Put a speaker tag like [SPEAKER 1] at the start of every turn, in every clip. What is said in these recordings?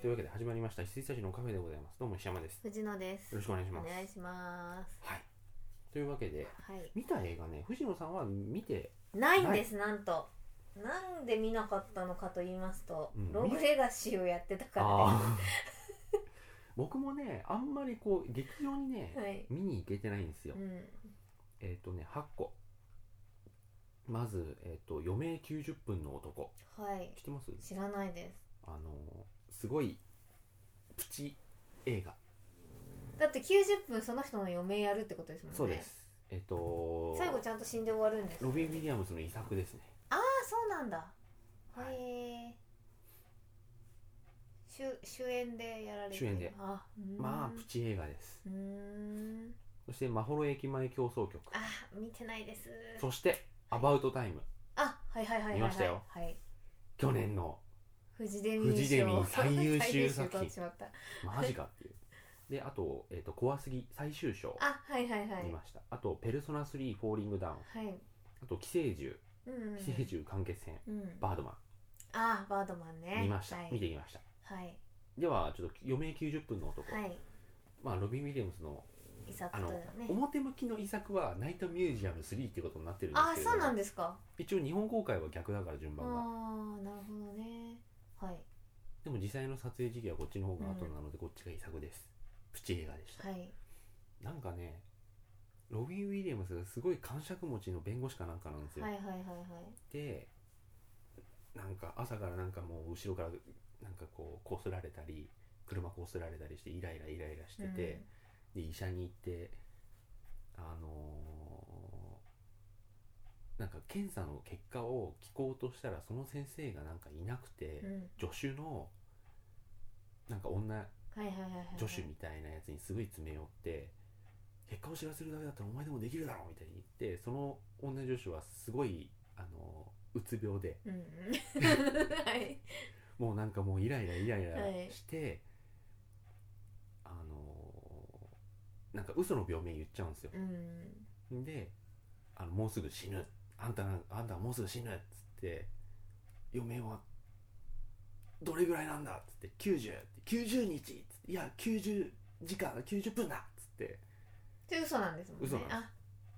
[SPEAKER 1] というわけで始まりました羊たちのカフェでございますどうも石山ですよ
[SPEAKER 2] 藤野です
[SPEAKER 1] ろしくお願いし
[SPEAKER 2] お
[SPEAKER 1] ます
[SPEAKER 2] 願いします
[SPEAKER 1] はいというわけで
[SPEAKER 2] はい
[SPEAKER 1] 見た映画ね藤野さんは見て
[SPEAKER 2] ないんですなんとなんで見なかったのかと言いますと、
[SPEAKER 1] うん
[SPEAKER 2] ローグレガシーをやってたから
[SPEAKER 1] あ ー僕もねあんまりこう劇場にね、
[SPEAKER 2] ですはい
[SPEAKER 1] 見に行けてないんですよ、
[SPEAKER 2] うん
[SPEAKER 1] えっ、とね8個まず、えっと余命90分の男
[SPEAKER 2] はい
[SPEAKER 1] 知ってます
[SPEAKER 2] 知らないです
[SPEAKER 1] あのーすごいプチ映画、
[SPEAKER 2] だって90分その人の余命やるってことですもんね
[SPEAKER 1] そうですえっ、と
[SPEAKER 2] 最後ちゃんと死んで終わるんです
[SPEAKER 1] ロビン・ウィリアムスの遺作ですね
[SPEAKER 2] ああそうなんだ
[SPEAKER 1] は
[SPEAKER 2] へえ主主演でやられて
[SPEAKER 1] 主演で
[SPEAKER 2] あうーん
[SPEAKER 1] まあプチ映画です
[SPEAKER 2] うーん
[SPEAKER 1] そして「まほろ駅前競争曲
[SPEAKER 2] あ見てないです」
[SPEAKER 1] そして「アバウトタイム
[SPEAKER 2] あはいはいはいはい、はい、
[SPEAKER 1] 見ましたよ
[SPEAKER 2] はい」
[SPEAKER 1] 去年の
[SPEAKER 2] フジデミー賞
[SPEAKER 1] フジデミー最優秀作品
[SPEAKER 2] 最優取ってしまった
[SPEAKER 1] マジかっていうであと,、えっと怖すぎ最終章
[SPEAKER 2] あはいはいはい
[SPEAKER 1] 見ました、あと「ペルソナ3フォーリングダウン」
[SPEAKER 2] はい
[SPEAKER 1] あと「寄生獣」
[SPEAKER 2] うんうん
[SPEAKER 1] 「寄生獣完結編」
[SPEAKER 2] うん
[SPEAKER 1] バードマ
[SPEAKER 2] あバードマンね
[SPEAKER 1] ン」見ました、
[SPEAKER 2] はい
[SPEAKER 1] 見てきました
[SPEAKER 2] はい
[SPEAKER 1] ではちょっと余命90分の男、
[SPEAKER 2] はい
[SPEAKER 1] まあ、ロビン・ウィリアムスの
[SPEAKER 2] 遺作
[SPEAKER 1] あ
[SPEAKER 2] と
[SPEAKER 1] の、
[SPEAKER 2] ね
[SPEAKER 1] 表向きの遺作は「ナイトミュージアム3」ってことになってるんです
[SPEAKER 2] あ
[SPEAKER 1] けれど
[SPEAKER 2] そうなん
[SPEAKER 1] で
[SPEAKER 2] ですか
[SPEAKER 1] 一応日本公開は逆だから順
[SPEAKER 2] あ
[SPEAKER 1] 番が
[SPEAKER 2] ーなるほどねはい
[SPEAKER 1] でも実際の撮影時期はこっちの方が後なのでこっちが遺作です、プチ映画でした、
[SPEAKER 2] はい
[SPEAKER 1] なんかねロビン・ウィリアムスがすごい感触持ちの弁護士かなんかなんですよ、
[SPEAKER 2] はいはいはいはい
[SPEAKER 1] でなんか朝からなんかもう後ろからなんかこうこすられたり車こすられたりしてイライライライラしてて、で医者に行ってあのーなんか検査の結果を聞こうとしたらその先生がなんかいなくて、
[SPEAKER 2] うん、うん
[SPEAKER 1] 助手のなんか女
[SPEAKER 2] はいはいはいはいはい
[SPEAKER 1] 助手みたいなやつにすごい詰め寄って結果を知らせるだけだったらお前でもできるだろうみたいに言ってその女助手はすごいあのうつ病で
[SPEAKER 2] うんうん はい
[SPEAKER 1] もうなんかもうイライライライラ
[SPEAKER 2] はい
[SPEAKER 1] して、あのなんか嘘の病名言っちゃうんですよ
[SPEAKER 2] うん
[SPEAKER 1] であの「もうすぐ死ぬあんたなあんたはもうすぐ死ぬ」っつって「嫁はどれぐらいなんだ」っつって「90」90日っつっていや90時間90分だ」っつって
[SPEAKER 2] で嘘なんですもんね
[SPEAKER 1] 嘘なんです
[SPEAKER 2] あ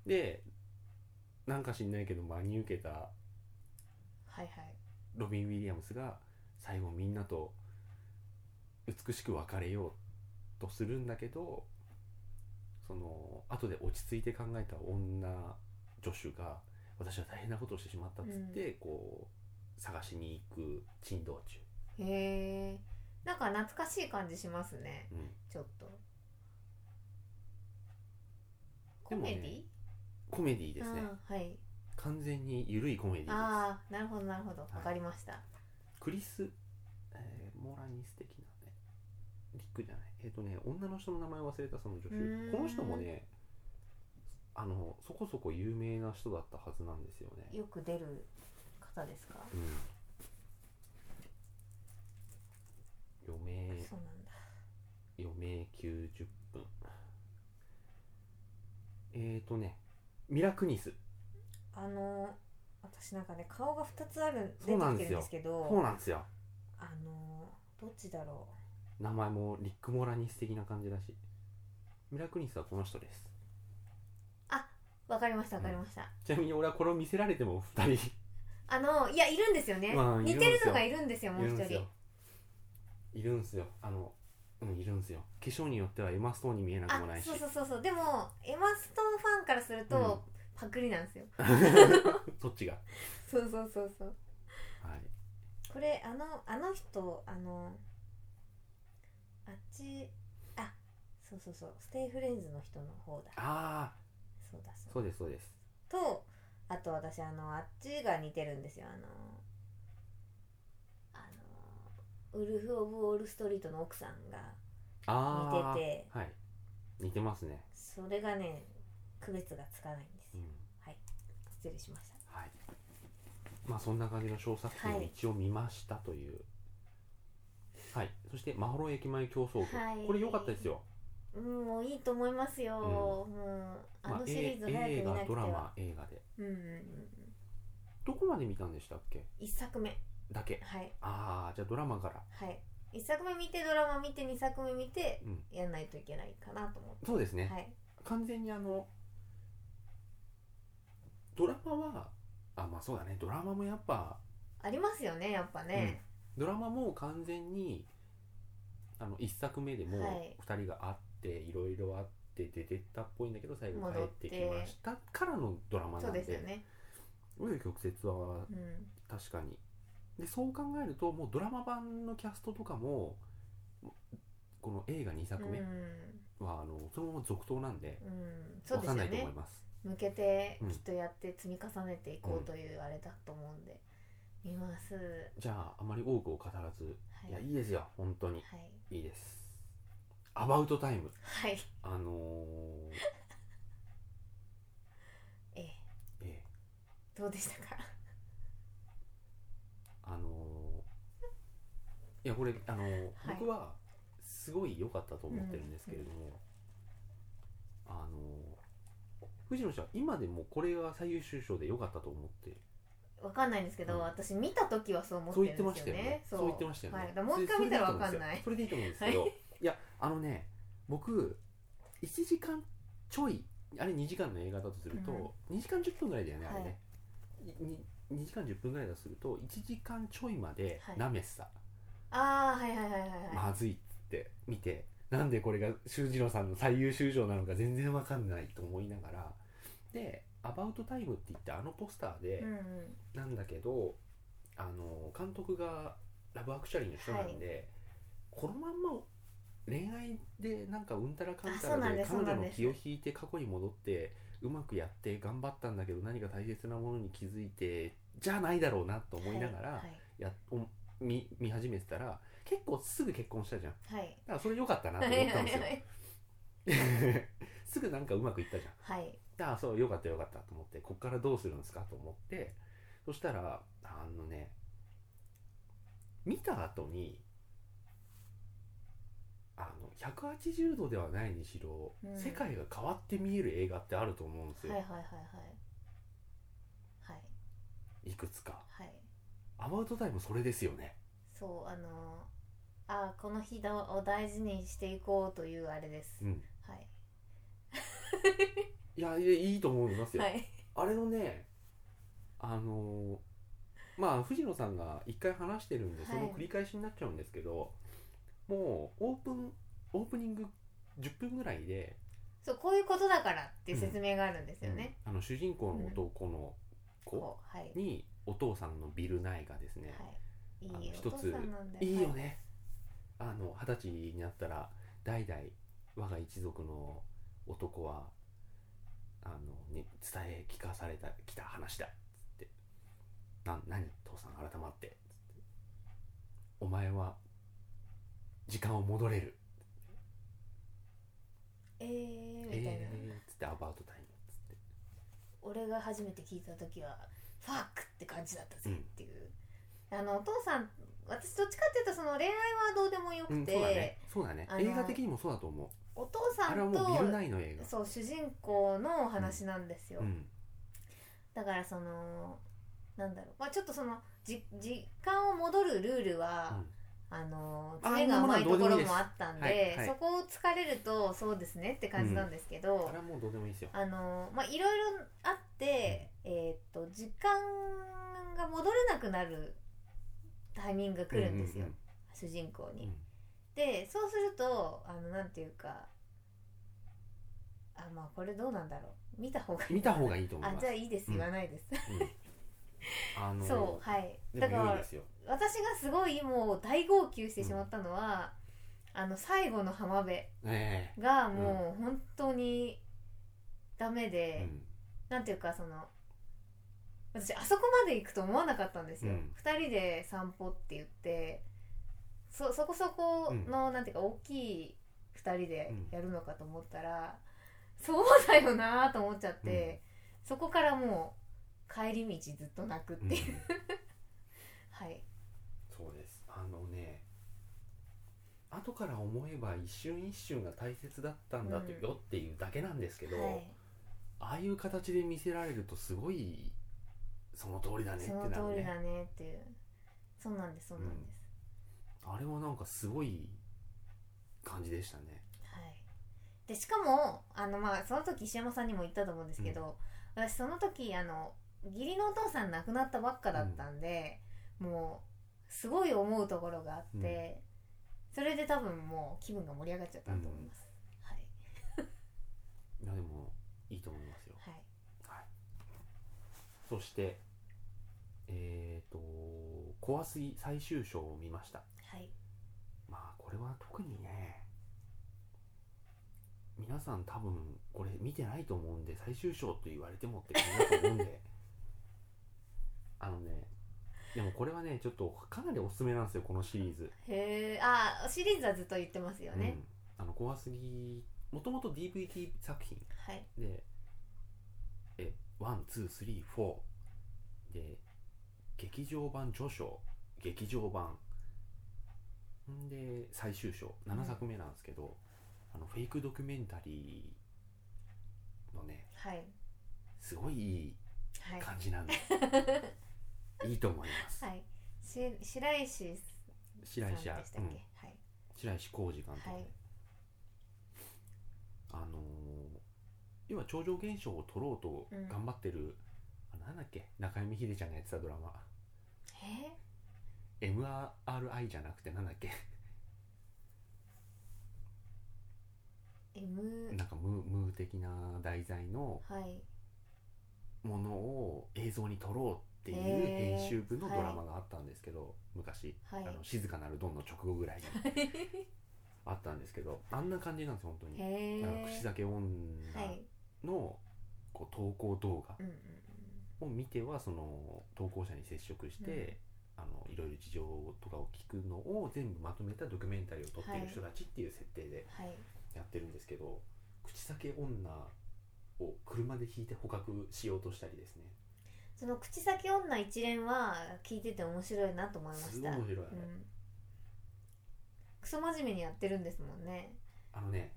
[SPEAKER 1] でなんか知んないけど真に受けた
[SPEAKER 2] はいはい
[SPEAKER 1] ロビン・ウィリアムスが最後みんなと美しく別れようとするんだけどその後で落ち着いて考えた女助手が私は大変なことをしてしまったっつって、こう探しに行く珍道中、
[SPEAKER 2] へえなんか懐かしい感じしますね
[SPEAKER 1] うん
[SPEAKER 2] ちょっとコ
[SPEAKER 1] でもね
[SPEAKER 2] メディ
[SPEAKER 1] コメディですね、
[SPEAKER 2] あーはい
[SPEAKER 1] 完全に緩いコメディです
[SPEAKER 2] ああなるほどなるほどわかりました、
[SPEAKER 1] クリス、えーモラニス的なねリックじゃないえっ、とね女の人の名前忘れたその女
[SPEAKER 2] う
[SPEAKER 1] 手
[SPEAKER 2] ーん
[SPEAKER 1] この人もねあのそこそこ有名な人だったはずなんですよね
[SPEAKER 2] よく出る方ですか、
[SPEAKER 1] うん余命
[SPEAKER 2] そうなんだ
[SPEAKER 1] 余命90分えっ、とねミラクニス
[SPEAKER 2] あのー私なんかね顔が2つある出
[SPEAKER 1] そう
[SPEAKER 2] て
[SPEAKER 1] なん
[SPEAKER 2] き
[SPEAKER 1] で
[SPEAKER 2] て
[SPEAKER 1] す
[SPEAKER 2] るん
[SPEAKER 1] よ
[SPEAKER 2] ですけ
[SPEAKER 1] そう
[SPEAKER 2] ど
[SPEAKER 1] なんですよ
[SPEAKER 2] あのーどっちだろ
[SPEAKER 1] 名前もリック・モラニス的な感じだしミラクニスはこの人です
[SPEAKER 2] うわかりましたわかりました、
[SPEAKER 1] ちなみに俺はこれを見せられても2人
[SPEAKER 2] あのーいやいるんですよね、
[SPEAKER 1] まあ
[SPEAKER 2] 似てるのがいるんですよもう
[SPEAKER 1] いる
[SPEAKER 2] 一
[SPEAKER 1] んです
[SPEAKER 2] 人
[SPEAKER 1] よいるんですよあのうんいるんですよ化粧によってはエマストーンに見えなく
[SPEAKER 2] あ
[SPEAKER 1] もないし
[SPEAKER 2] そうそうそうそうでもエマ・ストーンファンからすると、
[SPEAKER 1] うん
[SPEAKER 2] パクリなんですよ
[SPEAKER 1] そっちがは
[SPEAKER 2] そうそうそうそう
[SPEAKER 1] い
[SPEAKER 2] これあのあの人あのあっちあそうそうそうステイフレンズの人の方だ
[SPEAKER 1] ああ
[SPEAKER 2] そうだそう
[SPEAKER 1] そうですそうです
[SPEAKER 2] とあと私あのあっちが似てるんですよあのあのウルフ・オブ・オール・ストリートの奥さんが
[SPEAKER 1] ああ
[SPEAKER 2] 似てて
[SPEAKER 1] はい似てますね
[SPEAKER 2] それがね区別がつかないんです
[SPEAKER 1] う
[SPEAKER 2] よ
[SPEAKER 1] ん
[SPEAKER 2] 失礼しました
[SPEAKER 1] はいまあそんな感じの小作品を
[SPEAKER 2] はい
[SPEAKER 1] 一応見ましたというはい、そして「まほろ駅前競争曲」
[SPEAKER 2] はい
[SPEAKER 1] これ良かったですよ、
[SPEAKER 2] うんもういいと思いますよ、もうあ
[SPEAKER 1] まあ
[SPEAKER 2] の、シリ
[SPEAKER 1] え
[SPEAKER 2] ーズ早く
[SPEAKER 1] 映
[SPEAKER 2] 見な
[SPEAKER 1] 画
[SPEAKER 2] くて
[SPEAKER 1] ドラ
[SPEAKER 2] は、
[SPEAKER 1] マ映画で
[SPEAKER 2] うんうんうん
[SPEAKER 1] どこまで見たんでしたっけ
[SPEAKER 2] 一作目
[SPEAKER 1] だけ
[SPEAKER 2] はい
[SPEAKER 1] ああじゃあドラマから
[SPEAKER 2] はい1作目見てドラマ見て2作目見て
[SPEAKER 1] うん、
[SPEAKER 2] やんないといけないかなと思って、
[SPEAKER 1] そうですね、
[SPEAKER 2] はい
[SPEAKER 1] 完全にあのドラマはあまあそうだねドラマもやっぱ
[SPEAKER 2] ありますよねやっぱね、
[SPEAKER 1] ドラマも完全にあの1作目でも
[SPEAKER 2] はい
[SPEAKER 1] 2人が会って、い、ろいろあって出てったっぽいんだけど最後帰
[SPEAKER 2] 戻っ
[SPEAKER 1] って
[SPEAKER 2] て
[SPEAKER 1] きましたからのドラマ
[SPEAKER 2] そ
[SPEAKER 1] な
[SPEAKER 2] うん
[SPEAKER 1] で
[SPEAKER 2] ですよね
[SPEAKER 1] 紆余曲折は
[SPEAKER 2] うん
[SPEAKER 1] 確かにでそう考えるともうドラマ版のキャストとかもこの映画2作目は、あのそのまま続投なんで
[SPEAKER 2] うん、うん、そう
[SPEAKER 1] 分
[SPEAKER 2] で
[SPEAKER 1] かんな
[SPEAKER 2] すよ
[SPEAKER 1] いと
[SPEAKER 2] ね
[SPEAKER 1] 思います
[SPEAKER 2] 向けて
[SPEAKER 1] うん
[SPEAKER 2] きっとやって積み重ねていこうというあれだと思うんで、見ます
[SPEAKER 1] じゃああまり多くを語らず
[SPEAKER 2] はいい
[SPEAKER 1] やいいですよ本当に
[SPEAKER 2] はい
[SPEAKER 1] いいですアバウトタイム
[SPEAKER 2] はい
[SPEAKER 1] あのー
[SPEAKER 2] ええ
[SPEAKER 1] ええ
[SPEAKER 2] どうでしたか
[SPEAKER 1] あのーいやこれあのー
[SPEAKER 2] はい
[SPEAKER 1] 僕はすごい良かったと思ってるんですけれども、あのー藤野氏は今でもこれが最優秀賞で良かったと思って
[SPEAKER 2] わかんないんですけど、
[SPEAKER 1] うん
[SPEAKER 2] 私見た時はそう思っ
[SPEAKER 1] そう
[SPEAKER 2] て
[SPEAKER 1] 言ってま
[SPEAKER 2] るんで
[SPEAKER 1] し
[SPEAKER 2] す
[SPEAKER 1] た
[SPEAKER 2] よ
[SPEAKER 1] よね
[SPEAKER 2] ね
[SPEAKER 1] そう言ってましたよね
[SPEAKER 2] はい、だからもう一回見たらわかんない
[SPEAKER 1] それでいいと思うんですよそれでいいと思うんですけど、い、やあのね僕1時間ちょいあれ2時間の映画だとすると、2時間10分ぐらいだよねあれね、2, 時間10分ぐらいだとすると1時間ちょいまで
[SPEAKER 2] はい
[SPEAKER 1] なめてた、
[SPEAKER 2] ああはいはいはいはいはい、
[SPEAKER 1] まずいっつって見てなんでこれが修二郎さんの最優秀賞なのか全然わかんないと思いながらで「アバウトタイム」って言ってあのポスターで
[SPEAKER 2] うんうん
[SPEAKER 1] なんだけど、あの監督がラブアクチャリーの人なんで、このまんま恋愛でなんかうんたらかんた
[SPEAKER 2] あそうな
[SPEAKER 1] ら
[SPEAKER 2] ん
[SPEAKER 1] で
[SPEAKER 2] です
[SPEAKER 1] 彼女
[SPEAKER 2] そうなん
[SPEAKER 1] の
[SPEAKER 2] です
[SPEAKER 1] 気を引いて過去に戻ってうまくやって頑張ったんだけど何か大切なものに気づいてじゃないだろうなと思いながら、
[SPEAKER 2] はい
[SPEAKER 1] やっお見見始めてたら結構すぐ結婚したじゃんだ
[SPEAKER 2] はいはい
[SPEAKER 1] からそれ良かったなと
[SPEAKER 2] は
[SPEAKER 1] 思
[SPEAKER 2] い
[SPEAKER 1] っ
[SPEAKER 2] は
[SPEAKER 1] た
[SPEAKER 2] い
[SPEAKER 1] んですよ
[SPEAKER 2] はい
[SPEAKER 1] すぐなんかうまくいったじゃん
[SPEAKER 2] はい
[SPEAKER 1] ああそうよかったよかったと思ってこっからどうするんですかと思ってそしたらあのね見た後にあの180度ではないにしろ、
[SPEAKER 2] うん
[SPEAKER 1] 世界が変わって見える映画ってあると思うんです
[SPEAKER 2] はい
[SPEAKER 1] よ、
[SPEAKER 2] はいはいはいはい
[SPEAKER 1] い、くつか
[SPEAKER 2] はい
[SPEAKER 1] アバウトタイムそれですよね
[SPEAKER 2] そうあのー、あーこの日だを大事にしていこうというあれです、
[SPEAKER 1] うん
[SPEAKER 2] はい
[SPEAKER 1] いやいやいいと思いますよ、
[SPEAKER 2] はい
[SPEAKER 1] あれのねあのーまあ藤野さんが一回話してるんで
[SPEAKER 2] はい
[SPEAKER 1] その繰り返しになっちゃうんですけど、もうオープンオープニング10分ぐらいで、
[SPEAKER 2] そうこういうことだからっていう説明があるんですよね、
[SPEAKER 1] あの主人公の男の子
[SPEAKER 2] こうはい
[SPEAKER 1] にお父さんのビル・ナイがですね、
[SPEAKER 2] はい
[SPEAKER 1] あの
[SPEAKER 2] いいお
[SPEAKER 1] 一
[SPEAKER 2] 父
[SPEAKER 1] つ
[SPEAKER 2] さんなんだ
[SPEAKER 1] い、いよねあの二十歳になったら代々我が一族の男はあのに伝え聞かされたきた話だっつって「な何父さん改まって」つってお前は時間を戻れる」
[SPEAKER 2] はい、えー
[SPEAKER 1] え
[SPEAKER 2] みたいな、
[SPEAKER 1] ーっつって「アバウトタイム」つって
[SPEAKER 2] 俺が初めて聞いた時はファックって感じだったぜ
[SPEAKER 1] うん
[SPEAKER 2] っていう、あのお父さん私どっちかっていうとその恋愛はどうでもよくて、
[SPEAKER 1] うんそうだねそうだね
[SPEAKER 2] あの
[SPEAKER 1] 映画的にもそうだと思う
[SPEAKER 2] お父さ
[SPEAKER 1] あれは
[SPEAKER 2] ん
[SPEAKER 1] もうビル・ナ
[SPEAKER 2] と
[SPEAKER 1] イの映画
[SPEAKER 2] そう主人公のお話なんですよ、
[SPEAKER 1] うん
[SPEAKER 2] だからそのなんだろう、まあ、ちょっとそのじ時間を戻るルール
[SPEAKER 1] う
[SPEAKER 2] は、
[SPEAKER 1] ん
[SPEAKER 2] あの
[SPEAKER 1] あ
[SPEAKER 2] 詰めが甘いとこ
[SPEAKER 1] もうどうでもいいです
[SPEAKER 2] ろもあったんで
[SPEAKER 1] はいはい
[SPEAKER 2] そこを突かれるとそうですねって感じなんですけど、
[SPEAKER 1] あれはもうどうでもいいですよ
[SPEAKER 2] あのまあいろいろあって、えーっと時間が戻れなくなるタイミングが来るんですよ、
[SPEAKER 1] う
[SPEAKER 2] 主人公
[SPEAKER 1] うん
[SPEAKER 2] に。
[SPEAKER 1] うん
[SPEAKER 2] でそうするとあのなんていうかあまあこれどうなんだろう見た方がいい
[SPEAKER 1] 見た方がいいと思い
[SPEAKER 2] あ
[SPEAKER 1] ま
[SPEAKER 2] じ
[SPEAKER 1] す
[SPEAKER 2] ゃあいいです
[SPEAKER 1] うん
[SPEAKER 2] 言わないです、
[SPEAKER 1] うんあの
[SPEAKER 2] そうはい
[SPEAKER 1] で
[SPEAKER 2] だか
[SPEAKER 1] も良い
[SPEAKER 2] ら
[SPEAKER 1] ですよ。
[SPEAKER 2] 私がすごいもう大号泣してしまったのは、あの最後の浜辺
[SPEAKER 1] え
[SPEAKER 2] がもう本当にダメ
[SPEAKER 1] え
[SPEAKER 2] で、なんていうかその私あそこまで行くと思わなかったんですよ、
[SPEAKER 1] うん
[SPEAKER 2] 二2人で散歩って言ってそそこそこの、なんていうか大きい2人でやるのかと思ったら、そうだよなと思っちゃって、そこからもう帰り道ずっと泣くっ
[SPEAKER 1] うん
[SPEAKER 2] ていう、はい
[SPEAKER 1] そうです。あのね、後から思えば一瞬一瞬が大切だったんだと
[SPEAKER 2] うん
[SPEAKER 1] よっていうだけなんですけど、
[SPEAKER 2] はい
[SPEAKER 1] ああいう形で見せられるとすごいその通りだねって
[SPEAKER 2] その
[SPEAKER 1] なる
[SPEAKER 2] 通り
[SPEAKER 1] ね。
[SPEAKER 2] だねっていうそうなんですそうなんです、
[SPEAKER 1] あれはなんかすごい感じでしたね
[SPEAKER 2] はい、でしかもあの、まあ、その時石山さんにも言ったと思うんですけど、私その時あの義理のお父さん亡くなったばっかだったんで、もうすごい思うところがあって、それで多分もう気分が盛り上がっちゃったと思います、はい
[SPEAKER 1] いやでもいいと思いますよ
[SPEAKER 2] はい
[SPEAKER 1] そしてえっ、と怖すぎ最終章を見ました
[SPEAKER 2] はい
[SPEAKER 1] まあこれは特にね皆さん多分これ見てないと思うんで最終章と言われてもって感じだと思うん であのねでもこれはねちょっとかなりおすすめなんですよこのシリーズ、
[SPEAKER 2] へえあシリーズはずっと言ってますよ
[SPEAKER 1] う
[SPEAKER 2] ね、
[SPEAKER 1] ん、あの怖すぎもともと DVD 作品
[SPEAKER 2] はい
[SPEAKER 1] でえワンツースリーフォーで劇場版序章劇場版んで最終章7作目なんですけど、あのフェイクドキュメンタリーのね
[SPEAKER 2] はい
[SPEAKER 1] すごいい
[SPEAKER 2] はいい
[SPEAKER 1] 感じなんで、い、いと思います、
[SPEAKER 2] はいし白石さ
[SPEAKER 1] 白
[SPEAKER 2] んで
[SPEAKER 1] 石
[SPEAKER 2] したっけ、
[SPEAKER 1] うん
[SPEAKER 2] はい
[SPEAKER 1] 白石浩二監督で、
[SPEAKER 2] はい
[SPEAKER 1] あのー要は超常現象を取ろうと頑張ってる、あなんだっけ中山秀ちゃんがやってたドラマ
[SPEAKER 2] え
[SPEAKER 1] MRI じゃなくてなんだっけ
[SPEAKER 2] ー、M
[SPEAKER 1] なんか無無的な題材の
[SPEAKER 2] はい
[SPEAKER 1] ものを映像に撮ろうっていう
[SPEAKER 2] へー
[SPEAKER 1] 編集部のドラマがあったんですけど、昔、
[SPEAKER 2] はい
[SPEAKER 1] あの静かなるドンの直後ぐらいにあったんですけどあんな感じなんですよ本当に。
[SPEAKER 2] へ
[SPEAKER 1] なんか口
[SPEAKER 2] え
[SPEAKER 1] 酒女
[SPEAKER 2] はい
[SPEAKER 1] のこう投稿動画
[SPEAKER 2] うんうん
[SPEAKER 1] を見てはその投稿者に接触して、あのいろいろ事情とかを聞くのを全部まとめたドキュメンタリーを撮ってる人たちっていう設定で
[SPEAKER 2] うんはい
[SPEAKER 1] やってるんですけど、口裂け女を車で引いて捕獲しようとしたりですね
[SPEAKER 2] その口先女一連は聞いてて面白いなと思いま
[SPEAKER 1] す
[SPEAKER 2] し
[SPEAKER 1] ごい
[SPEAKER 2] た
[SPEAKER 1] 面白い、
[SPEAKER 2] うんクソ真面目にやってるんですもんね
[SPEAKER 1] あのね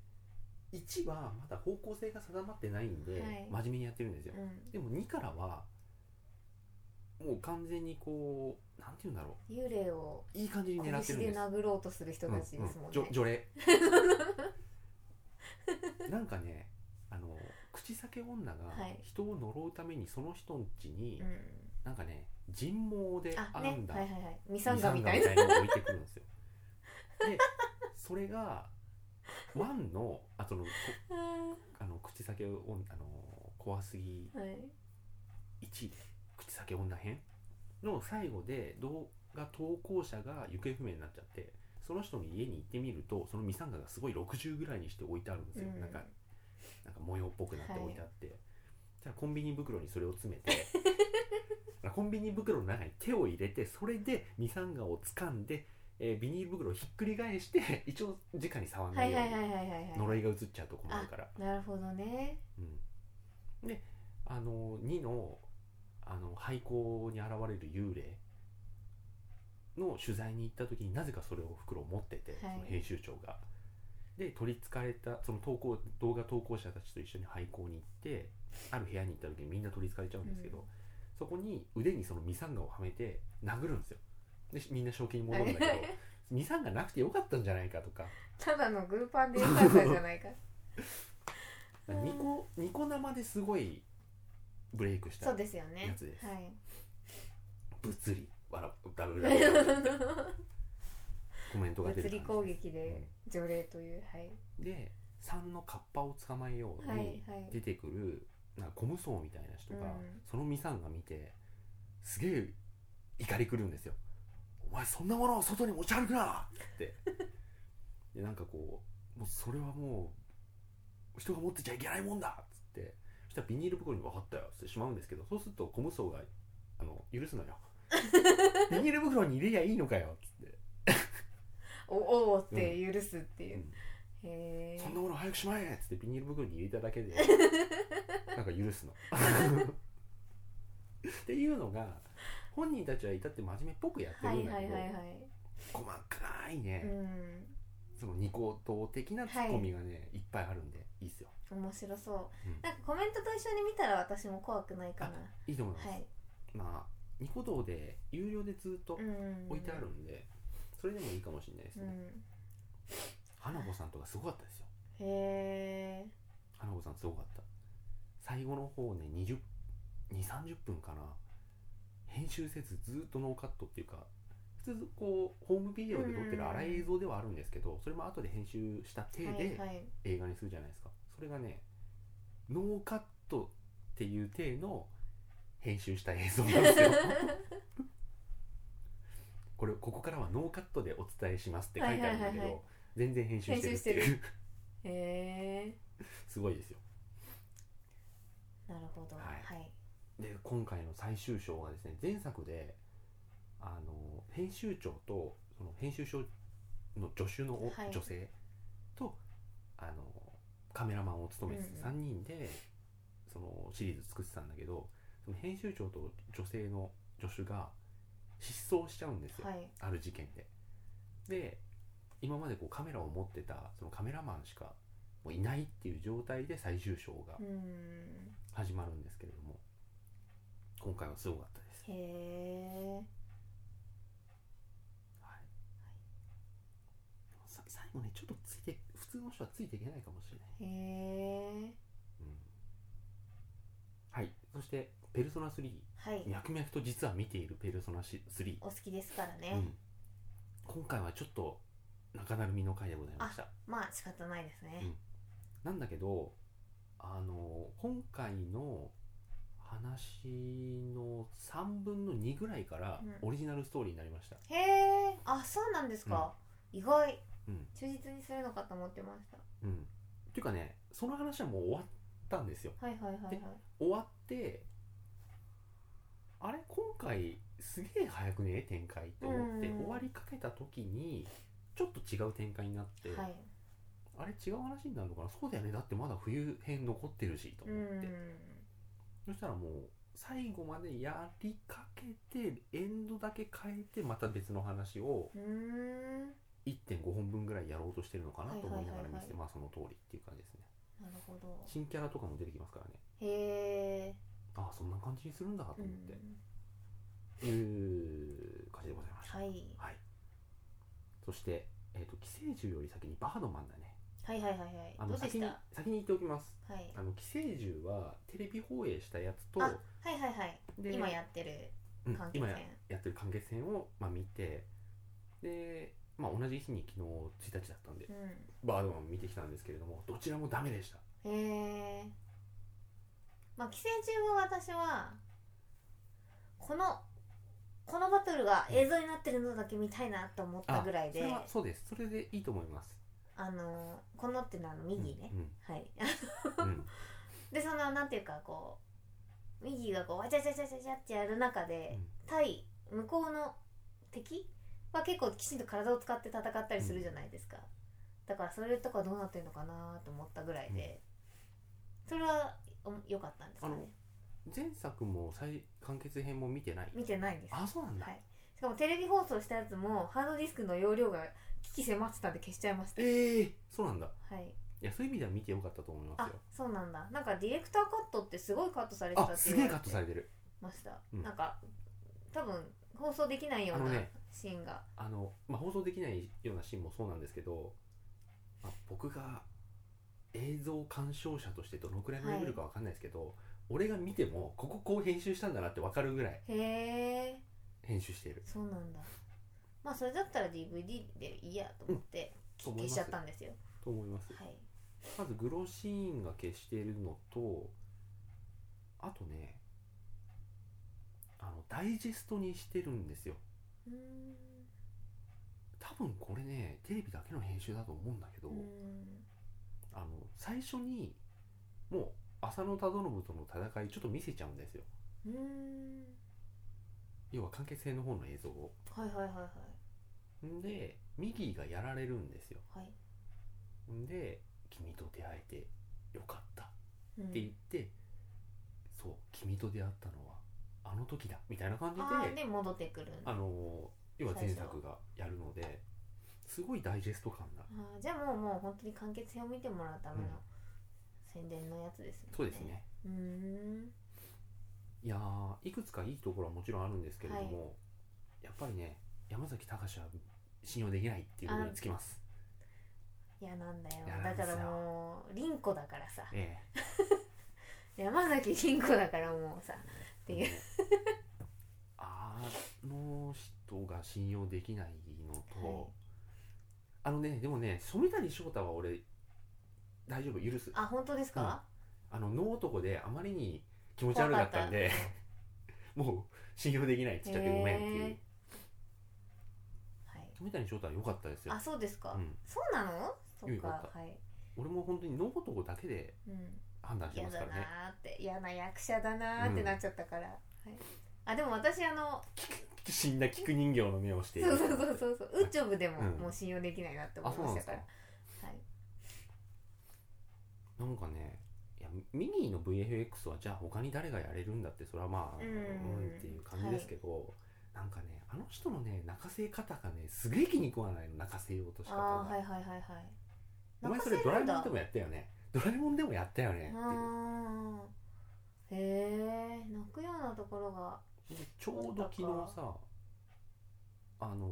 [SPEAKER 1] 1はまだ方向性が定まってないんで、
[SPEAKER 2] はい
[SPEAKER 1] 真面目にやってるんですよ
[SPEAKER 2] うん
[SPEAKER 1] でも2からはもう完全にこうなんて言うんだろ
[SPEAKER 2] 幽霊を
[SPEAKER 1] ういい感じに狙って
[SPEAKER 2] 拳
[SPEAKER 1] るんで
[SPEAKER 2] です殴ろうとする人たちです
[SPEAKER 1] うんう
[SPEAKER 2] も
[SPEAKER 1] ん
[SPEAKER 2] んね
[SPEAKER 1] じょ除 霊なんかねあの口裂け女が
[SPEAKER 2] はい
[SPEAKER 1] 人を呪うためにその人んちに、
[SPEAKER 2] うん
[SPEAKER 1] なんかね人毛で
[SPEAKER 2] あ
[SPEAKER 1] 編
[SPEAKER 2] ね
[SPEAKER 1] んだ
[SPEAKER 2] はいはいはいミ
[SPEAKER 1] ミ
[SPEAKER 2] サンガみたいな
[SPEAKER 1] サンガみのを置いてくるんですよでそれがワンのあそのこあの口裂け女あの怖すぎ
[SPEAKER 2] はい
[SPEAKER 1] 1位口裂け女編の最後で動画投稿者が行方不明になっちゃってその人の家に行ってみるとそのミサンガがすごい60ぐらいにして置いてあるんですよ、
[SPEAKER 2] うん
[SPEAKER 1] なんかなんか模様っぽくなって
[SPEAKER 2] はい
[SPEAKER 1] 置いてあって、じゃあコンビニ袋にそれを詰め てコンビニ袋の中に手を入れてそれでミサンガを掴んで、えービニール袋をひっくり返して一応直に触んな
[SPEAKER 2] はいい
[SPEAKER 1] よ
[SPEAKER 2] はいはいうは
[SPEAKER 1] に
[SPEAKER 2] いはいはい
[SPEAKER 1] 呪いが移っちゃうと困るから
[SPEAKER 2] なるほどね
[SPEAKER 1] うん、であの2のあの廃校に現れる幽霊の取材に行った時になぜかそれを袋を持ってて、
[SPEAKER 2] はい
[SPEAKER 1] その編集長が。で取りつかれたその投稿動画投稿者たちと一緒に廃校に行ってある部屋に行った時にみんな取りつかれちゃうんですけど、
[SPEAKER 2] うん
[SPEAKER 1] そこに腕にそのミサンガをはめて殴るんですよ。でみんな正気に戻るんだけ どミサンガなくてよかったんじゃないかとか
[SPEAKER 2] ただのグーパンでよかったんじゃないかうん
[SPEAKER 1] ニコニコ生ですごいブレイクした
[SPEAKER 2] そうですよね
[SPEAKER 1] やつです
[SPEAKER 2] はい
[SPEAKER 1] 物理わらダブルダブルダブルコ
[SPEAKER 2] 物
[SPEAKER 1] メントが出る
[SPEAKER 2] 理攻撃で除霊というはい
[SPEAKER 1] で3のカッパを捕まえよう
[SPEAKER 2] はい
[SPEAKER 1] に
[SPEAKER 2] はい
[SPEAKER 1] 出てくるなんかゴム僧みたいな人が、
[SPEAKER 2] うん
[SPEAKER 1] そのミサンが見てすげえ怒り狂うんですよ「お前そんなものを外に持ち歩くな!」って でなんかこうもうそれはもう人が持ってちゃいけないもんだっつってそしたらビニール袋に「分かったよ」っつってしまうんですけどそうするとゴム僧があの許すの よビニール袋に入れりゃいいのかよっつって
[SPEAKER 2] おおおって許すっていう、へえ
[SPEAKER 1] そんなもの早くしまえっつってビニール袋に入れただ けでなんか許すの。っていうのが本人たちは至って真面目っぽくやって
[SPEAKER 2] は
[SPEAKER 1] る
[SPEAKER 2] い
[SPEAKER 1] んだ
[SPEAKER 2] は
[SPEAKER 1] け
[SPEAKER 2] い
[SPEAKER 1] ど、
[SPEAKER 2] はいはい
[SPEAKER 1] 細かいうね、
[SPEAKER 2] ん
[SPEAKER 1] その二高等的なツッコミがね、い、っぱいあるんでいいっすよ。
[SPEAKER 2] 面白そう
[SPEAKER 1] うん
[SPEAKER 2] なんかコメントと一緒に見たら私も怖くないかない
[SPEAKER 1] いと思います。
[SPEAKER 2] はい
[SPEAKER 1] まあ二高等で有料でずっと
[SPEAKER 2] うん
[SPEAKER 1] 置いてあるんで、それでもいいかもしれないです
[SPEAKER 2] う
[SPEAKER 1] ね、
[SPEAKER 2] ん
[SPEAKER 1] 花子さんとかすごかったですよ
[SPEAKER 2] へえ
[SPEAKER 1] 花子さんすごかった最後の方ね2 0 2 3 0分かな編集せずずっとノーカットっていうか普通こうホームビデオで撮って
[SPEAKER 2] うん
[SPEAKER 1] る荒い映像ではあるんですけどそれも後で編集した手
[SPEAKER 2] はい
[SPEAKER 1] で
[SPEAKER 2] はい
[SPEAKER 1] 映画にするじゃないですかそれがねノーカットっていう体の編集した映像なんですよこれここからはノーカットでお伝えしますって書いてあるんだけど、
[SPEAKER 2] はいはいはいはい
[SPEAKER 1] 全然編集してるって
[SPEAKER 2] 編集
[SPEAKER 1] いう
[SPEAKER 2] へ
[SPEAKER 1] すごいですよ
[SPEAKER 2] えなるほどは
[SPEAKER 1] はいいで今回の最終章はですね前作であの編集長とその編集長の助手のお、
[SPEAKER 2] はい
[SPEAKER 1] 女性とあのカメラマンを務めて
[SPEAKER 2] うんうん
[SPEAKER 1] 3人でそのシリーズ作ってたんだけどその編集長と女性の助手が失踪しちゃうんですよ、
[SPEAKER 2] はい
[SPEAKER 1] ある事件で。で今までこうカメラを持ってたそのカメラマンしかもういないっていう状態で最終章が
[SPEAKER 2] うん
[SPEAKER 1] 始まるんですけれども今回はすごかったです、
[SPEAKER 2] へえ
[SPEAKER 1] はいさ最後ねちょっとついて普通の人はついていけないかもしれない、
[SPEAKER 2] へえ
[SPEAKER 1] うんはいそして「ペルソナ3
[SPEAKER 2] はい」
[SPEAKER 1] 脈々と実は見ている「ペルソナし3
[SPEAKER 2] お好きですから」
[SPEAKER 1] う
[SPEAKER 2] ね
[SPEAKER 1] ん、今回はちょっと中だるみの回でございました
[SPEAKER 2] まあ仕方ないですね
[SPEAKER 1] なんだけどあの今回の話の3分の2ぐらいから
[SPEAKER 2] うん
[SPEAKER 1] オリジナルストーリーになりました、
[SPEAKER 2] へえあそうなんですか意外
[SPEAKER 1] うん、
[SPEAKER 2] 忠実にするのかと思ってました
[SPEAKER 1] うん、っていうかねその話はもう終わったんですよ
[SPEAKER 2] はいはいはいはい
[SPEAKER 1] で終わってあれ今回すげえ早くね展開と思って
[SPEAKER 2] うん
[SPEAKER 1] 終わりかけた時にちょっと違う展開になって、
[SPEAKER 2] はい
[SPEAKER 1] あれ違う話になるのかなそうだよねだってまだ冬編残ってるしと
[SPEAKER 2] う
[SPEAKER 1] 思って、
[SPEAKER 2] ん
[SPEAKER 1] そしたらもう最後までやりかけてエンドだけ変えてまた別の話を
[SPEAKER 2] うーん
[SPEAKER 1] 1.5本分ぐらいやろうとしてるのかなと思いながら見
[SPEAKER 2] はいはいはい
[SPEAKER 1] て
[SPEAKER 2] は
[SPEAKER 1] てまあその通りっていう感じですね
[SPEAKER 2] なるほど
[SPEAKER 1] 新キャラとかも出てきますからね
[SPEAKER 2] へえ
[SPEAKER 1] ああそんな感じにするんだと
[SPEAKER 2] う
[SPEAKER 1] 思っ
[SPEAKER 2] ん
[SPEAKER 1] て、いう感じでございました、
[SPEAKER 2] はい
[SPEAKER 1] はいそして、えー、と寄生獣より先にバードマンだね
[SPEAKER 2] はいはいはいはい
[SPEAKER 1] あ
[SPEAKER 2] ど
[SPEAKER 1] の
[SPEAKER 2] うで
[SPEAKER 1] 先
[SPEAKER 2] し
[SPEAKER 1] に
[SPEAKER 2] たは
[SPEAKER 1] 先に言っておきます
[SPEAKER 2] い
[SPEAKER 1] あの寄生獣はテレビ放映したやつと
[SPEAKER 2] あはいはいはい
[SPEAKER 1] で
[SPEAKER 2] 今やってる
[SPEAKER 1] うん
[SPEAKER 2] 関係
[SPEAKER 1] 今
[SPEAKER 2] 線
[SPEAKER 1] ややってる完結編を、まあ、見てで、まあ、同じ日に昨日1日だったんでバードマンを見てきたんですけれどもどちらもダメでした
[SPEAKER 2] うんへえまあ寄生虫は私はこのこのバトルが映像になってるのだけ見たいなと思ったぐらい
[SPEAKER 1] そ
[SPEAKER 2] で
[SPEAKER 1] れはそうですそれでいいと思います
[SPEAKER 2] あのこのっていうのはあの右ね、
[SPEAKER 1] うん
[SPEAKER 2] はい
[SPEAKER 1] うんうん
[SPEAKER 2] でそのなんていうかこう右がこうわちゃちゃちゃちゃちゃってやる中で、対向こうの敵は結構きちんと体を使って戦ったりするじゃないですか、だからそれとかどうなってるのかなと思ったぐらいで、それはお良かったんですかね
[SPEAKER 1] あの前作も最完結編も見てない
[SPEAKER 2] 見てないんです
[SPEAKER 1] あそうなんだ、
[SPEAKER 2] はいしかもテレビ放送したやつもハードディスクの容量が危機迫ってたんで消しちゃいました
[SPEAKER 1] ええそうなんだ
[SPEAKER 2] はい
[SPEAKER 1] いやそういう意味では見てよかったと思います
[SPEAKER 2] あ
[SPEAKER 1] よ
[SPEAKER 2] そうなんだなんかディレクターカットってすごいカットされてた
[SPEAKER 1] あ
[SPEAKER 2] って
[SPEAKER 1] す
[SPEAKER 2] 言
[SPEAKER 1] げ
[SPEAKER 2] わ
[SPEAKER 1] え
[SPEAKER 2] れ
[SPEAKER 1] カッ
[SPEAKER 2] て
[SPEAKER 1] トされてる
[SPEAKER 2] ました、
[SPEAKER 1] うん
[SPEAKER 2] なんか多分放送できないよう
[SPEAKER 1] あの
[SPEAKER 2] な
[SPEAKER 1] ね
[SPEAKER 2] シーンが、
[SPEAKER 1] あの、まあ、放送できないようなシーンもそうなんですけど、まあ、僕が映像鑑賞者としてどのくらいのレベルかわかんないですけど、俺が見てもこここう編集したんだなってわかるぐらい
[SPEAKER 2] へえ
[SPEAKER 1] 編集している
[SPEAKER 2] そうなんだまあそれだったら DVD でいいやと思って
[SPEAKER 1] うん
[SPEAKER 2] 消しちゃったんですよ、
[SPEAKER 1] と思います、
[SPEAKER 2] はい
[SPEAKER 1] まずグロシーンが消しているのとあとねあのダイジェストにしてるんですよ
[SPEAKER 2] うーん
[SPEAKER 1] 多分これねテレビだけの編集だと思うんだけど、
[SPEAKER 2] うーん
[SPEAKER 1] あの最初にもう浅野忠信との戦いちょっと見せちゃうんですよ
[SPEAKER 2] うーん
[SPEAKER 1] 要は完結編の方の映像を
[SPEAKER 2] はいはいはいはい
[SPEAKER 1] んでミギーがやられるんですよ
[SPEAKER 2] はい
[SPEAKER 1] んで「君と出会えてよかった」っ
[SPEAKER 2] うん
[SPEAKER 1] て言って「そう君と出会ったのはあの時だ」みたいな感じ
[SPEAKER 2] あー
[SPEAKER 1] で
[SPEAKER 2] で戻ってくるん
[SPEAKER 1] あ
[SPEAKER 2] だあ
[SPEAKER 1] の要は前作がやるのですごいダイジェスト感な
[SPEAKER 2] ーじゃあもうもう本当に完結編を見てもらうための
[SPEAKER 1] うん
[SPEAKER 2] 宣伝のやつですね
[SPEAKER 1] そうですね
[SPEAKER 2] うーん
[SPEAKER 1] いやーいくつかいいところはもちろんあるんですけれども、やっぱりね山崎隆は信用できないっていうことにつきます。
[SPEAKER 2] 嫌なんだよ
[SPEAKER 1] 嫌な
[SPEAKER 2] だ
[SPEAKER 1] んで
[SPEAKER 2] か
[SPEAKER 1] すよ
[SPEAKER 2] らもう凛子だからさ
[SPEAKER 1] え
[SPEAKER 2] 山崎凛子だからもうさ
[SPEAKER 1] え。
[SPEAKER 2] ていう
[SPEAKER 1] もう。あの人が信用できないのと、
[SPEAKER 2] はい
[SPEAKER 1] あのねでもね染谷翔太は俺大丈夫許す。
[SPEAKER 2] あ本当ですか、
[SPEAKER 1] あの能男であまりに気持ち悪かったんで もう信用できないっつっちゃってごめんっていう、
[SPEAKER 2] へえはい
[SPEAKER 1] 富谷翔太は良かったですよ
[SPEAKER 2] あ、そうですか、
[SPEAKER 1] うん、
[SPEAKER 2] そうなのそっ
[SPEAKER 1] よか
[SPEAKER 2] か
[SPEAKER 1] っ
[SPEAKER 2] はい、
[SPEAKER 1] 俺も本当に能男だけで
[SPEAKER 2] うん、
[SPEAKER 1] 判断して
[SPEAKER 2] 嫌
[SPEAKER 1] ますか
[SPEAKER 2] だな
[SPEAKER 1] らね
[SPEAKER 2] ーって嫌な役者だなーってなっちゃったから、はい、あでも私あの
[SPEAKER 1] 死んだ菊人形の目をしてい
[SPEAKER 2] そ
[SPEAKER 1] る
[SPEAKER 2] うそうそうそうそうウッチョブでも、
[SPEAKER 1] うん
[SPEAKER 2] もう信用できないなって思
[SPEAKER 1] あ
[SPEAKER 2] い
[SPEAKER 1] そう
[SPEAKER 2] ま
[SPEAKER 1] なんで
[SPEAKER 2] した
[SPEAKER 1] す
[SPEAKER 2] か
[SPEAKER 1] から
[SPEAKER 2] はい
[SPEAKER 1] なんかねいやミニーの VFX はじゃあ他に誰がやれるんだってそれはまあ
[SPEAKER 2] う
[SPEAKER 1] うんんっていう感じですけど、なんかねあの人のね泣かせ方がねすげえ気に食わないの泣かせようとした方が、
[SPEAKER 2] あーはいはいはいはい
[SPEAKER 1] お前それドラえもんでもやったよねドラえもんでもやったよねっていう
[SPEAKER 2] あーへえ泣くようなところが
[SPEAKER 1] でちょうど昨日さあの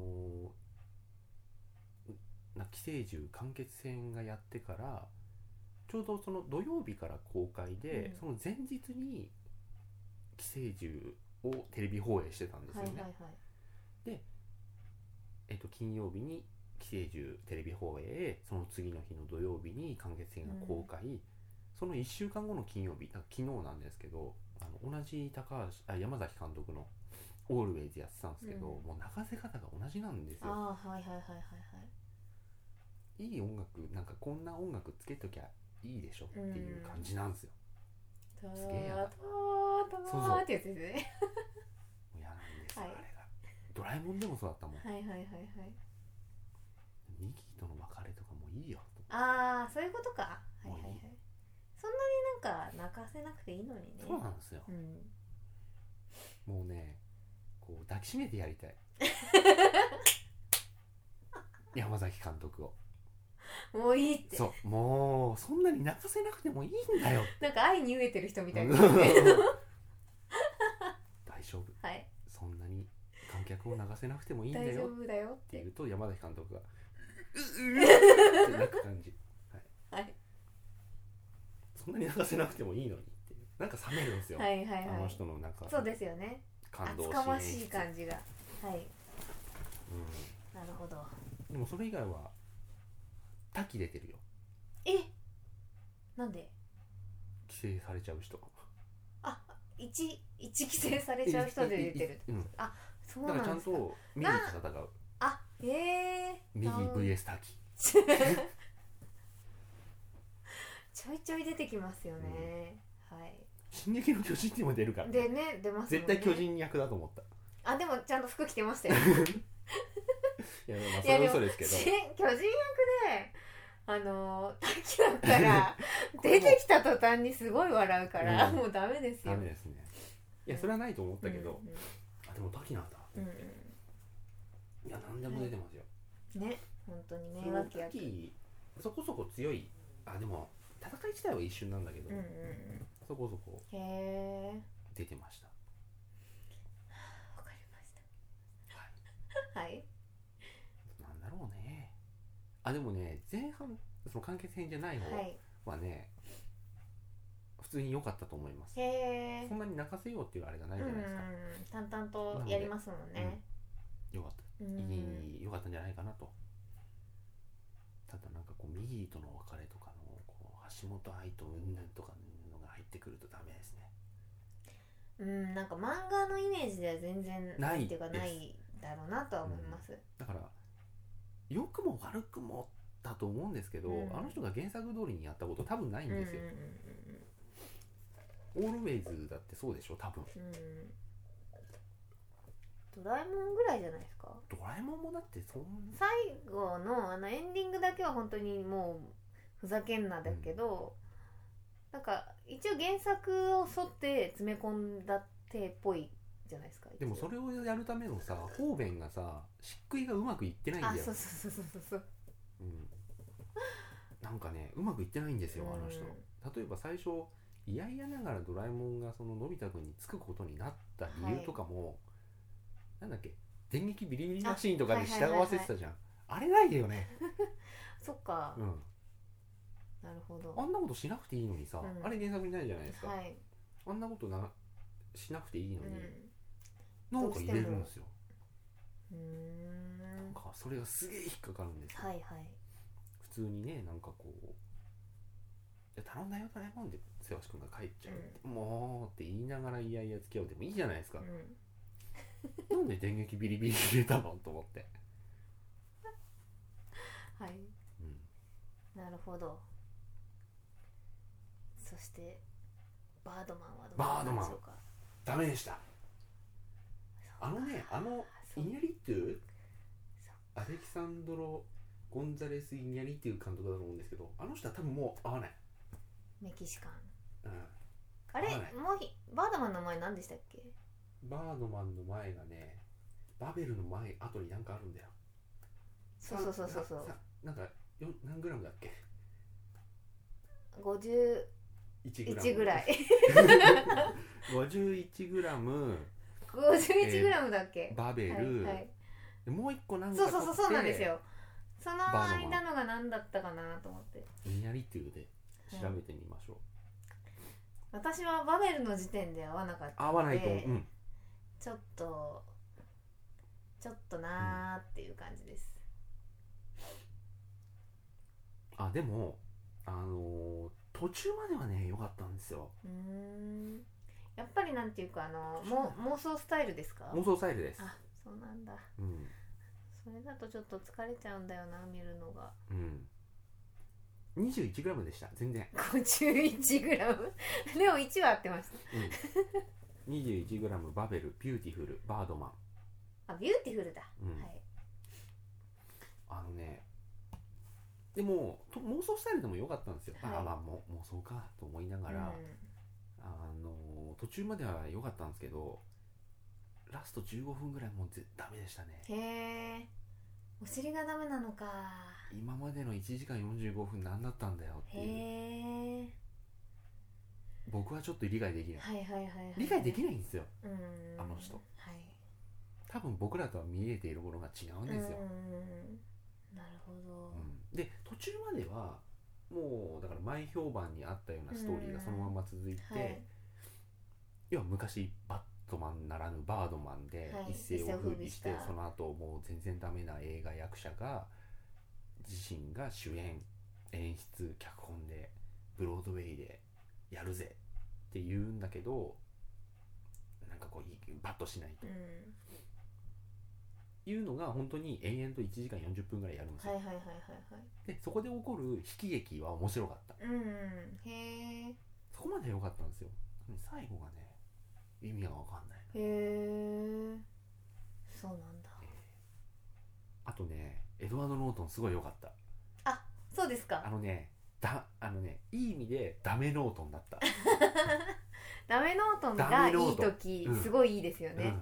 [SPEAKER 1] ーな寄生獣完結戦がやってからちょうどその土曜日から公開で、
[SPEAKER 2] うん
[SPEAKER 1] その前日に寄生獣をテレビ放映してたんです
[SPEAKER 2] は
[SPEAKER 1] よ
[SPEAKER 2] い
[SPEAKER 1] ね、
[SPEAKER 2] はいはい
[SPEAKER 1] えっと、金曜日に寄生獣テレビ放映その次の日の土曜日に完結編が公開、その1週間後の金曜日だ昨日なんですけどあの同じ高橋あ山崎監督の「オールウェイズ」やってたんですけど、
[SPEAKER 2] うん
[SPEAKER 1] もう泣かせ方が同じなんですよ
[SPEAKER 2] ああはいはいはいはい
[SPEAKER 1] いい音楽なんかこんな音楽つけときゃいいでしょっていう感じなんですよ、
[SPEAKER 2] はい
[SPEAKER 1] すげえや
[SPEAKER 2] た
[SPEAKER 1] だ
[SPEAKER 2] ーたーた
[SPEAKER 1] そう
[SPEAKER 2] ー
[SPEAKER 1] そう
[SPEAKER 2] ってやつですね
[SPEAKER 1] もう嫌なんですよ、
[SPEAKER 2] はい
[SPEAKER 1] あれがドラえもんでもそうだったもん
[SPEAKER 2] はいはいはいはい
[SPEAKER 1] ミキーとの別れとかもういいよと
[SPEAKER 2] ああそういうことかはい
[SPEAKER 1] も
[SPEAKER 2] は
[SPEAKER 1] う
[SPEAKER 2] い
[SPEAKER 1] いい
[SPEAKER 2] はいそんなになんか泣かせなくていいのにね
[SPEAKER 1] そうなんですよ
[SPEAKER 2] うん
[SPEAKER 1] もうねこう抱きしめてやり たい山崎監督を
[SPEAKER 2] もういいって
[SPEAKER 1] そうもうそんなに泣かせなくてもいいんだよ
[SPEAKER 2] なんか愛に飢えてる 人みたい な
[SPEAKER 1] 大丈夫
[SPEAKER 2] はい
[SPEAKER 1] そんなに観客を泣かせなくてもいいんだ
[SPEAKER 2] 大丈
[SPEAKER 1] よっ
[SPEAKER 2] 夫だよってて
[SPEAKER 1] 言うと山崎監督が「うううって泣く感じ
[SPEAKER 2] はい
[SPEAKER 1] そんなに泣かせなくてもいいのにっていうなんか冷めるんですよ、
[SPEAKER 2] はいはい
[SPEAKER 1] あ
[SPEAKER 2] は
[SPEAKER 1] の
[SPEAKER 2] い
[SPEAKER 1] 人のなんか
[SPEAKER 2] そうですよね
[SPEAKER 1] 感動
[SPEAKER 2] 厚
[SPEAKER 1] し
[SPEAKER 2] かましい感じがはい
[SPEAKER 1] うん
[SPEAKER 2] なるほど
[SPEAKER 1] でもそれ以外は滝出てるよ
[SPEAKER 2] えなんで
[SPEAKER 1] 規制されちゃう人
[SPEAKER 2] 一一規制されちゃう人で出 てる
[SPEAKER 1] うん
[SPEAKER 2] そう
[SPEAKER 1] だからち
[SPEAKER 2] な
[SPEAKER 1] ゃん
[SPEAKER 2] んですか
[SPEAKER 1] と右と戦う
[SPEAKER 2] あええ
[SPEAKER 1] 右
[SPEAKER 2] なるほど
[SPEAKER 1] VS 滝
[SPEAKER 2] ちょいちょい出てきますよね、はい
[SPEAKER 1] 「進撃の巨人」にも出るから、
[SPEAKER 2] でね出ますも
[SPEAKER 1] 絶
[SPEAKER 2] んね
[SPEAKER 1] 対巨人役だと思った
[SPEAKER 2] あでもちゃんと服着て ましたよ
[SPEAKER 1] いやまあ
[SPEAKER 2] い
[SPEAKER 1] そ
[SPEAKER 2] や
[SPEAKER 1] れ
[SPEAKER 2] で
[SPEAKER 1] は嘘
[SPEAKER 2] も
[SPEAKER 1] ですけ
[SPEAKER 2] 巨
[SPEAKER 1] ど
[SPEAKER 2] 人役であの滝だっ たら出てきた途端にすごい笑うから、
[SPEAKER 1] うん
[SPEAKER 2] もうダメ ですよ
[SPEAKER 1] ダメですねいやそれはないと思ったけど、あでも滝なんだ
[SPEAKER 2] うんうん
[SPEAKER 1] いや何でも出てますよ、
[SPEAKER 2] うんね本当に
[SPEAKER 1] そ
[SPEAKER 2] 迷
[SPEAKER 1] の
[SPEAKER 2] 惑役
[SPEAKER 1] 滝そこそこ強いあでも戦い自体は一瞬なんだけど、
[SPEAKER 2] うんうんうん
[SPEAKER 1] そこそこ
[SPEAKER 2] へえ
[SPEAKER 1] 出てました
[SPEAKER 2] わかりまし
[SPEAKER 1] はい
[SPEAKER 2] たはい
[SPEAKER 1] なんだろうねあでもね前半その完結編じゃない方
[SPEAKER 2] はい
[SPEAKER 1] はね、普通に良かったと思います
[SPEAKER 2] へえ
[SPEAKER 1] そんなに泣かせようっていうあれがな
[SPEAKER 2] う
[SPEAKER 1] い
[SPEAKER 2] ん
[SPEAKER 1] じ
[SPEAKER 2] う
[SPEAKER 1] ゃ
[SPEAKER 2] ん
[SPEAKER 1] ないですか、
[SPEAKER 2] 淡々とやりますもんね
[SPEAKER 1] 良かった
[SPEAKER 2] うん
[SPEAKER 1] いい良かったんじゃないかなとただなんかこうミギーとの別れとかのこう橋本愛とうんぬんとかのが入ってくるとダメですね
[SPEAKER 2] うんなんか漫画のイメージでは全然
[SPEAKER 1] ない
[SPEAKER 2] っていうか
[SPEAKER 1] です
[SPEAKER 2] ないだろうなとは思います、
[SPEAKER 1] だから良くも悪くもだと思うんですけど、
[SPEAKER 2] うん
[SPEAKER 1] あの人が原作通りにやったこと多分ないん
[SPEAKER 2] うんうんうん
[SPEAKER 1] ですよ、オールウェイズだってそうでしょ多分
[SPEAKER 2] うんうんドラえもんぐらいじゃないですか
[SPEAKER 1] ドラえもんもだってそんな
[SPEAKER 2] 最後のあのエンディングだけは本当にもうふざけんなだけど、なんか一応原作を沿って詰め込んだ手っぽいじゃないですか
[SPEAKER 1] でもそ
[SPEAKER 2] れ
[SPEAKER 1] れをやるためのさ方便がさ漆喰がうまくいってないん
[SPEAKER 2] あ
[SPEAKER 1] だよ
[SPEAKER 2] そうそうそうそうそう
[SPEAKER 1] うんなんかねうまくいってないんですよあの人、例えば最初いやいやながらドラえもんがそののび太くんにつくことになった理由とかも、なんだっけ電撃ビリビリマシーンとかで従わせてたじゃんあれないよね、
[SPEAKER 2] そっか、
[SPEAKER 1] うん、
[SPEAKER 2] なるほど
[SPEAKER 1] あんなことしなくていいのにさ、
[SPEAKER 2] うん
[SPEAKER 1] あれ原作にないじゃないですか、
[SPEAKER 2] はい、
[SPEAKER 1] あんなことなしなくていいの
[SPEAKER 2] う
[SPEAKER 1] に、
[SPEAKER 2] ん
[SPEAKER 1] なんか入れるんですよ
[SPEAKER 2] うー
[SPEAKER 1] なん
[SPEAKER 2] ん
[SPEAKER 1] かそれがすげえ引っかかるんですよ、
[SPEAKER 2] はいはい
[SPEAKER 1] 普通にねなんかこう「いや頼んだよ頼もん」で瀬橋君が帰っちゃうって、もうって言いながらいやいや付き合うでもいいじゃないですか、
[SPEAKER 2] うん
[SPEAKER 1] なんで電撃ビリビリ入れたのと思って、
[SPEAKER 2] はい
[SPEAKER 1] うん、
[SPEAKER 2] なるほどそしてバードマンはど
[SPEAKER 1] バード
[SPEAKER 2] う
[SPEAKER 1] マ
[SPEAKER 2] な
[SPEAKER 1] ン
[SPEAKER 2] んでしょうか
[SPEAKER 1] ダメでした
[SPEAKER 2] そ
[SPEAKER 1] あ
[SPEAKER 2] う
[SPEAKER 1] のねあの
[SPEAKER 2] そう
[SPEAKER 1] イニャリっていう
[SPEAKER 2] そっ
[SPEAKER 1] アレキサンドロ・ゴンザレス・イニャリっていう監督だと思うんですけどあの人は多分もう合わない、
[SPEAKER 2] メキシカ
[SPEAKER 1] う
[SPEAKER 2] ン
[SPEAKER 1] ん、
[SPEAKER 2] あれ、
[SPEAKER 1] はい
[SPEAKER 2] もうひバードマンの名前何でしたっけ
[SPEAKER 1] バードマンの前がねバベルの前後になんかあるんだよ
[SPEAKER 2] そうそうそうそうそ
[SPEAKER 1] さ
[SPEAKER 2] う
[SPEAKER 1] なんかよん何グラムだっけ
[SPEAKER 2] 51
[SPEAKER 1] 1グラム
[SPEAKER 2] ぐらい
[SPEAKER 1] 51グラム
[SPEAKER 2] 51グラムだっけ、
[SPEAKER 1] バベル、
[SPEAKER 2] はいはい、
[SPEAKER 1] でもう一個なんか
[SPEAKER 2] そうそう
[SPEAKER 1] 取
[SPEAKER 2] そう
[SPEAKER 1] って
[SPEAKER 2] そうなんですよその
[SPEAKER 1] バードマ
[SPEAKER 2] 間のが何だったかなと思って
[SPEAKER 1] イニャリっていうで調べてみましょう、
[SPEAKER 2] 私はバベルの時点で合わなかった
[SPEAKER 1] 合わないと、
[SPEAKER 2] で
[SPEAKER 1] うん、
[SPEAKER 2] ちょっとちょっとなーっていう感じです、
[SPEAKER 1] あでもあのー途中まではね良かったんですよ
[SPEAKER 2] うーんやっぱりなんていうかあのも妄想スタイルですか
[SPEAKER 1] 妄想スタイルです
[SPEAKER 2] あそうなんだ
[SPEAKER 1] うん
[SPEAKER 2] それだとちょっと疲れちゃうんだよな見るのが
[SPEAKER 1] うん 21g でした全然、
[SPEAKER 2] 51グラム でも1は合ってまし
[SPEAKER 1] うん、21g バベルビューティフルバードマ
[SPEAKER 2] たあビューティフルだ、
[SPEAKER 1] ン、うん
[SPEAKER 2] はい
[SPEAKER 1] あのねでもと妄想スタイルでも良かったんですよ、
[SPEAKER 2] はい
[SPEAKER 1] ああまあも妄想かと思いながら、あの途中までは良かったんですけどラスト15分ぐらいもうぜダメでしたね
[SPEAKER 2] うん、へえお尻がダメなのか
[SPEAKER 1] 今までの1時間45分何だったんだよって
[SPEAKER 2] へ
[SPEAKER 1] いう
[SPEAKER 2] え
[SPEAKER 1] 僕はちょっと理解できない
[SPEAKER 2] はいはいはい、はい、
[SPEAKER 1] 理解でき
[SPEAKER 2] い
[SPEAKER 1] ないんですよ
[SPEAKER 2] うん
[SPEAKER 1] あの人
[SPEAKER 2] はい
[SPEAKER 1] 多分僕らとは見えているものが違うんですよ、
[SPEAKER 2] うんうんうんなるほど、
[SPEAKER 1] うんで途中まではもうだから前評判にあったようなストーリーがそのまま続いて、
[SPEAKER 2] はい
[SPEAKER 1] 要は昔バットマンならぬバードマンで
[SPEAKER 2] はい
[SPEAKER 1] 一世を風靡して、
[SPEAKER 2] 一世を風靡した
[SPEAKER 1] その後もう全然ダメな映画役者が自身が主演演出脚本でブロードウェイでやるぜって言うんだけどなんかこういバッとしないと
[SPEAKER 2] うん
[SPEAKER 1] いうのが本当に延々と1時間40分ぐらいやるんです
[SPEAKER 2] は
[SPEAKER 1] よ、
[SPEAKER 2] いはいはいはいはい
[SPEAKER 1] でそこで起こる悲喜劇は面白かった
[SPEAKER 2] うんうんへえ
[SPEAKER 1] そこまでは良かったんですよ最後がね意味が分かんない
[SPEAKER 2] へえそうなんだ
[SPEAKER 1] あとねエドワード・ノートンすごい良かった
[SPEAKER 2] そうです
[SPEAKER 1] あ
[SPEAKER 2] か
[SPEAKER 1] のねだあのねいい意味でダメノートンだった、
[SPEAKER 2] ダメノートン
[SPEAKER 1] ダ
[SPEAKER 2] が
[SPEAKER 1] メ
[SPEAKER 2] い
[SPEAKER 1] ノ
[SPEAKER 2] い
[SPEAKER 1] ートン
[SPEAKER 2] 時、
[SPEAKER 1] うん
[SPEAKER 2] すごいいいですよ
[SPEAKER 1] う
[SPEAKER 2] ね
[SPEAKER 1] ん、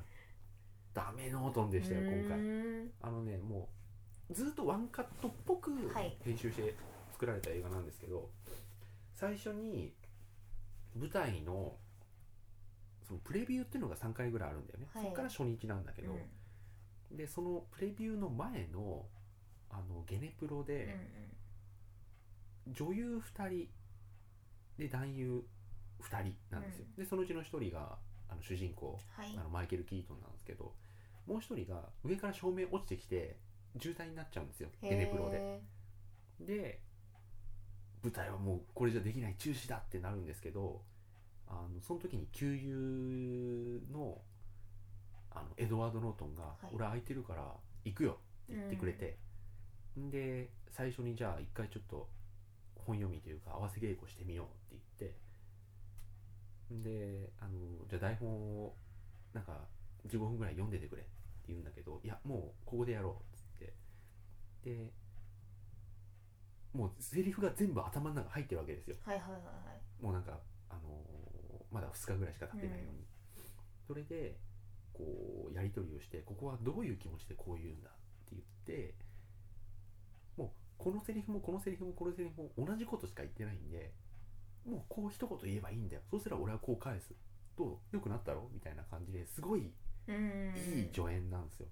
[SPEAKER 1] ダメノートンでしたよ今
[SPEAKER 2] う
[SPEAKER 1] 回
[SPEAKER 2] ーん
[SPEAKER 1] あのねもうずっとワンカットっぽく
[SPEAKER 2] はい
[SPEAKER 1] 編集して作られた映画なんですけど、最初に舞台のそのプレビューっていうのが3回ぐらいあるんだよね、
[SPEAKER 2] はい
[SPEAKER 1] そこから初日なんだけ
[SPEAKER 2] う
[SPEAKER 1] ど、
[SPEAKER 2] ん
[SPEAKER 1] でそのプレビューの前のあのゲネプロ
[SPEAKER 2] うん
[SPEAKER 1] で女優2人で男優2人なんですよ、でそのうちの1人があの主人公
[SPEAKER 2] はい
[SPEAKER 1] あのマイケル・キートンなんですけどもう1人が上から照明落ちてきて渋滞になっちゃうんですよゲネプロで
[SPEAKER 2] へ
[SPEAKER 1] で舞台はもうこれじゃできない中止だってなるんですけどあのその時に給油のあのエドワード・ノートンが「
[SPEAKER 2] はい
[SPEAKER 1] 俺空いてるから行くよ」って言ってくれ
[SPEAKER 2] う
[SPEAKER 1] て、ん、
[SPEAKER 2] ん
[SPEAKER 1] で最初にじゃあ一回ちょっと本読みというか合わせ稽古してみようって言ってであのじゃあ台本をなんか15分ぐらい読んでてくれって言うんだけどいやもうここでやろうっつってでもうセリフが全部頭の中入ってるわけですよ
[SPEAKER 2] ーはいはいはいはい
[SPEAKER 1] もうなんか、あのーまだ2日ぐらいしか経ってないのに、それでこうやり取りをしてここはどういう気持ちでこう言うんだって言ってもうこのセリフもこのセリフもこのセリフも同じことしか言ってないんでもうこう一言言えばいいんだよそうすれば俺はこう返すどう良くなったろみたいな感じですごい
[SPEAKER 2] うん
[SPEAKER 1] いい助演なんですよ、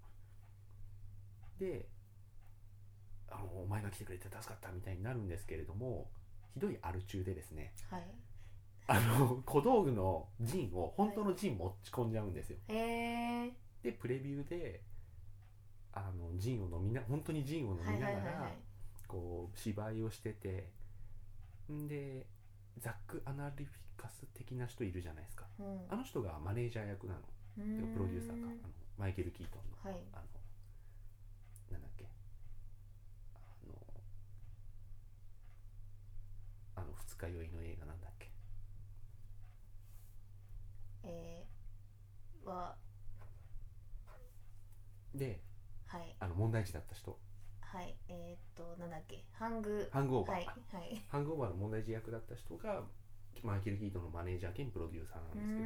[SPEAKER 2] へ
[SPEAKER 1] であのお前が来てくれて助かったみたいになるんですけれどもひどいアル中でですね
[SPEAKER 2] はい
[SPEAKER 1] あの小道具のジンを本当のジン持ち込んじゃうんですよ
[SPEAKER 2] へえ
[SPEAKER 1] でプレビューであのジンを飲みな本当にジンを飲
[SPEAKER 2] はい
[SPEAKER 1] みな
[SPEAKER 2] は
[SPEAKER 1] いが
[SPEAKER 2] はい
[SPEAKER 1] ら
[SPEAKER 2] はい
[SPEAKER 1] こう芝居をしててんでザック・アナリフィカス的な人いるじゃないですか
[SPEAKER 2] うん
[SPEAKER 1] あの人がマネージャー役なの
[SPEAKER 2] う
[SPEAKER 1] てか
[SPEAKER 2] ーん
[SPEAKER 1] プロデューサーかあのマイケル・キートンの
[SPEAKER 2] はい
[SPEAKER 1] あのなんだっけあのあの二日酔いの映画なんだっけ
[SPEAKER 2] えー、は
[SPEAKER 1] で
[SPEAKER 2] はい
[SPEAKER 1] あの問題児だった人
[SPEAKER 2] はいえー、っとなんだっけハング
[SPEAKER 1] ハングオーバー、
[SPEAKER 2] はいはい
[SPEAKER 1] ハングオーバーの問題児役だった人がマイケル・キートンのマネージャー兼プロデューサー
[SPEAKER 2] うー
[SPEAKER 1] なんですけ
[SPEAKER 2] ん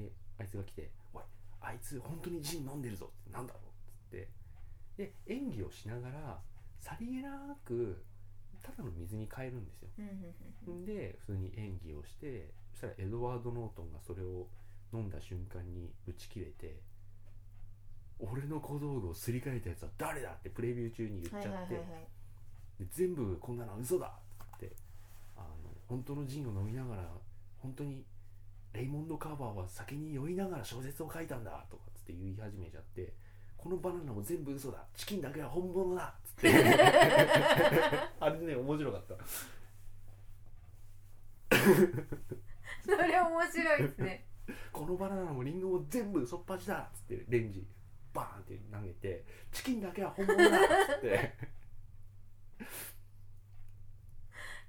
[SPEAKER 1] どであいつが来て「おいあいつ本当にジン飲んでるぞ」ってなんだろうっつってで演技をしながらさりげなくただの水に変えるんですよ
[SPEAKER 2] うんうんうんうん
[SPEAKER 1] で普通に演技をしてそしたらエドワード・ノートンがそれを飲んだ瞬間に打ち切れて「俺の小道具をすり替えたやつは誰だ!」ってプレビュー中に言っちゃ
[SPEAKER 2] は
[SPEAKER 1] っ
[SPEAKER 2] い
[SPEAKER 1] て、
[SPEAKER 2] はいはいはい
[SPEAKER 1] で全部こんなの嘘だってあの本当のジンを飲みながら本当にレイモンド・カーバーは酒に酔いながら小説を書いたんだとかっつって言い始めちゃってこのバナナも全部嘘だチキンだけは本物だっつって あれね面白かった
[SPEAKER 2] それ面白いですね
[SPEAKER 1] このバナナもリンゴも全部そっぱちだっつってレンジバーンって投げてチキンだけは本物だっつっ てっ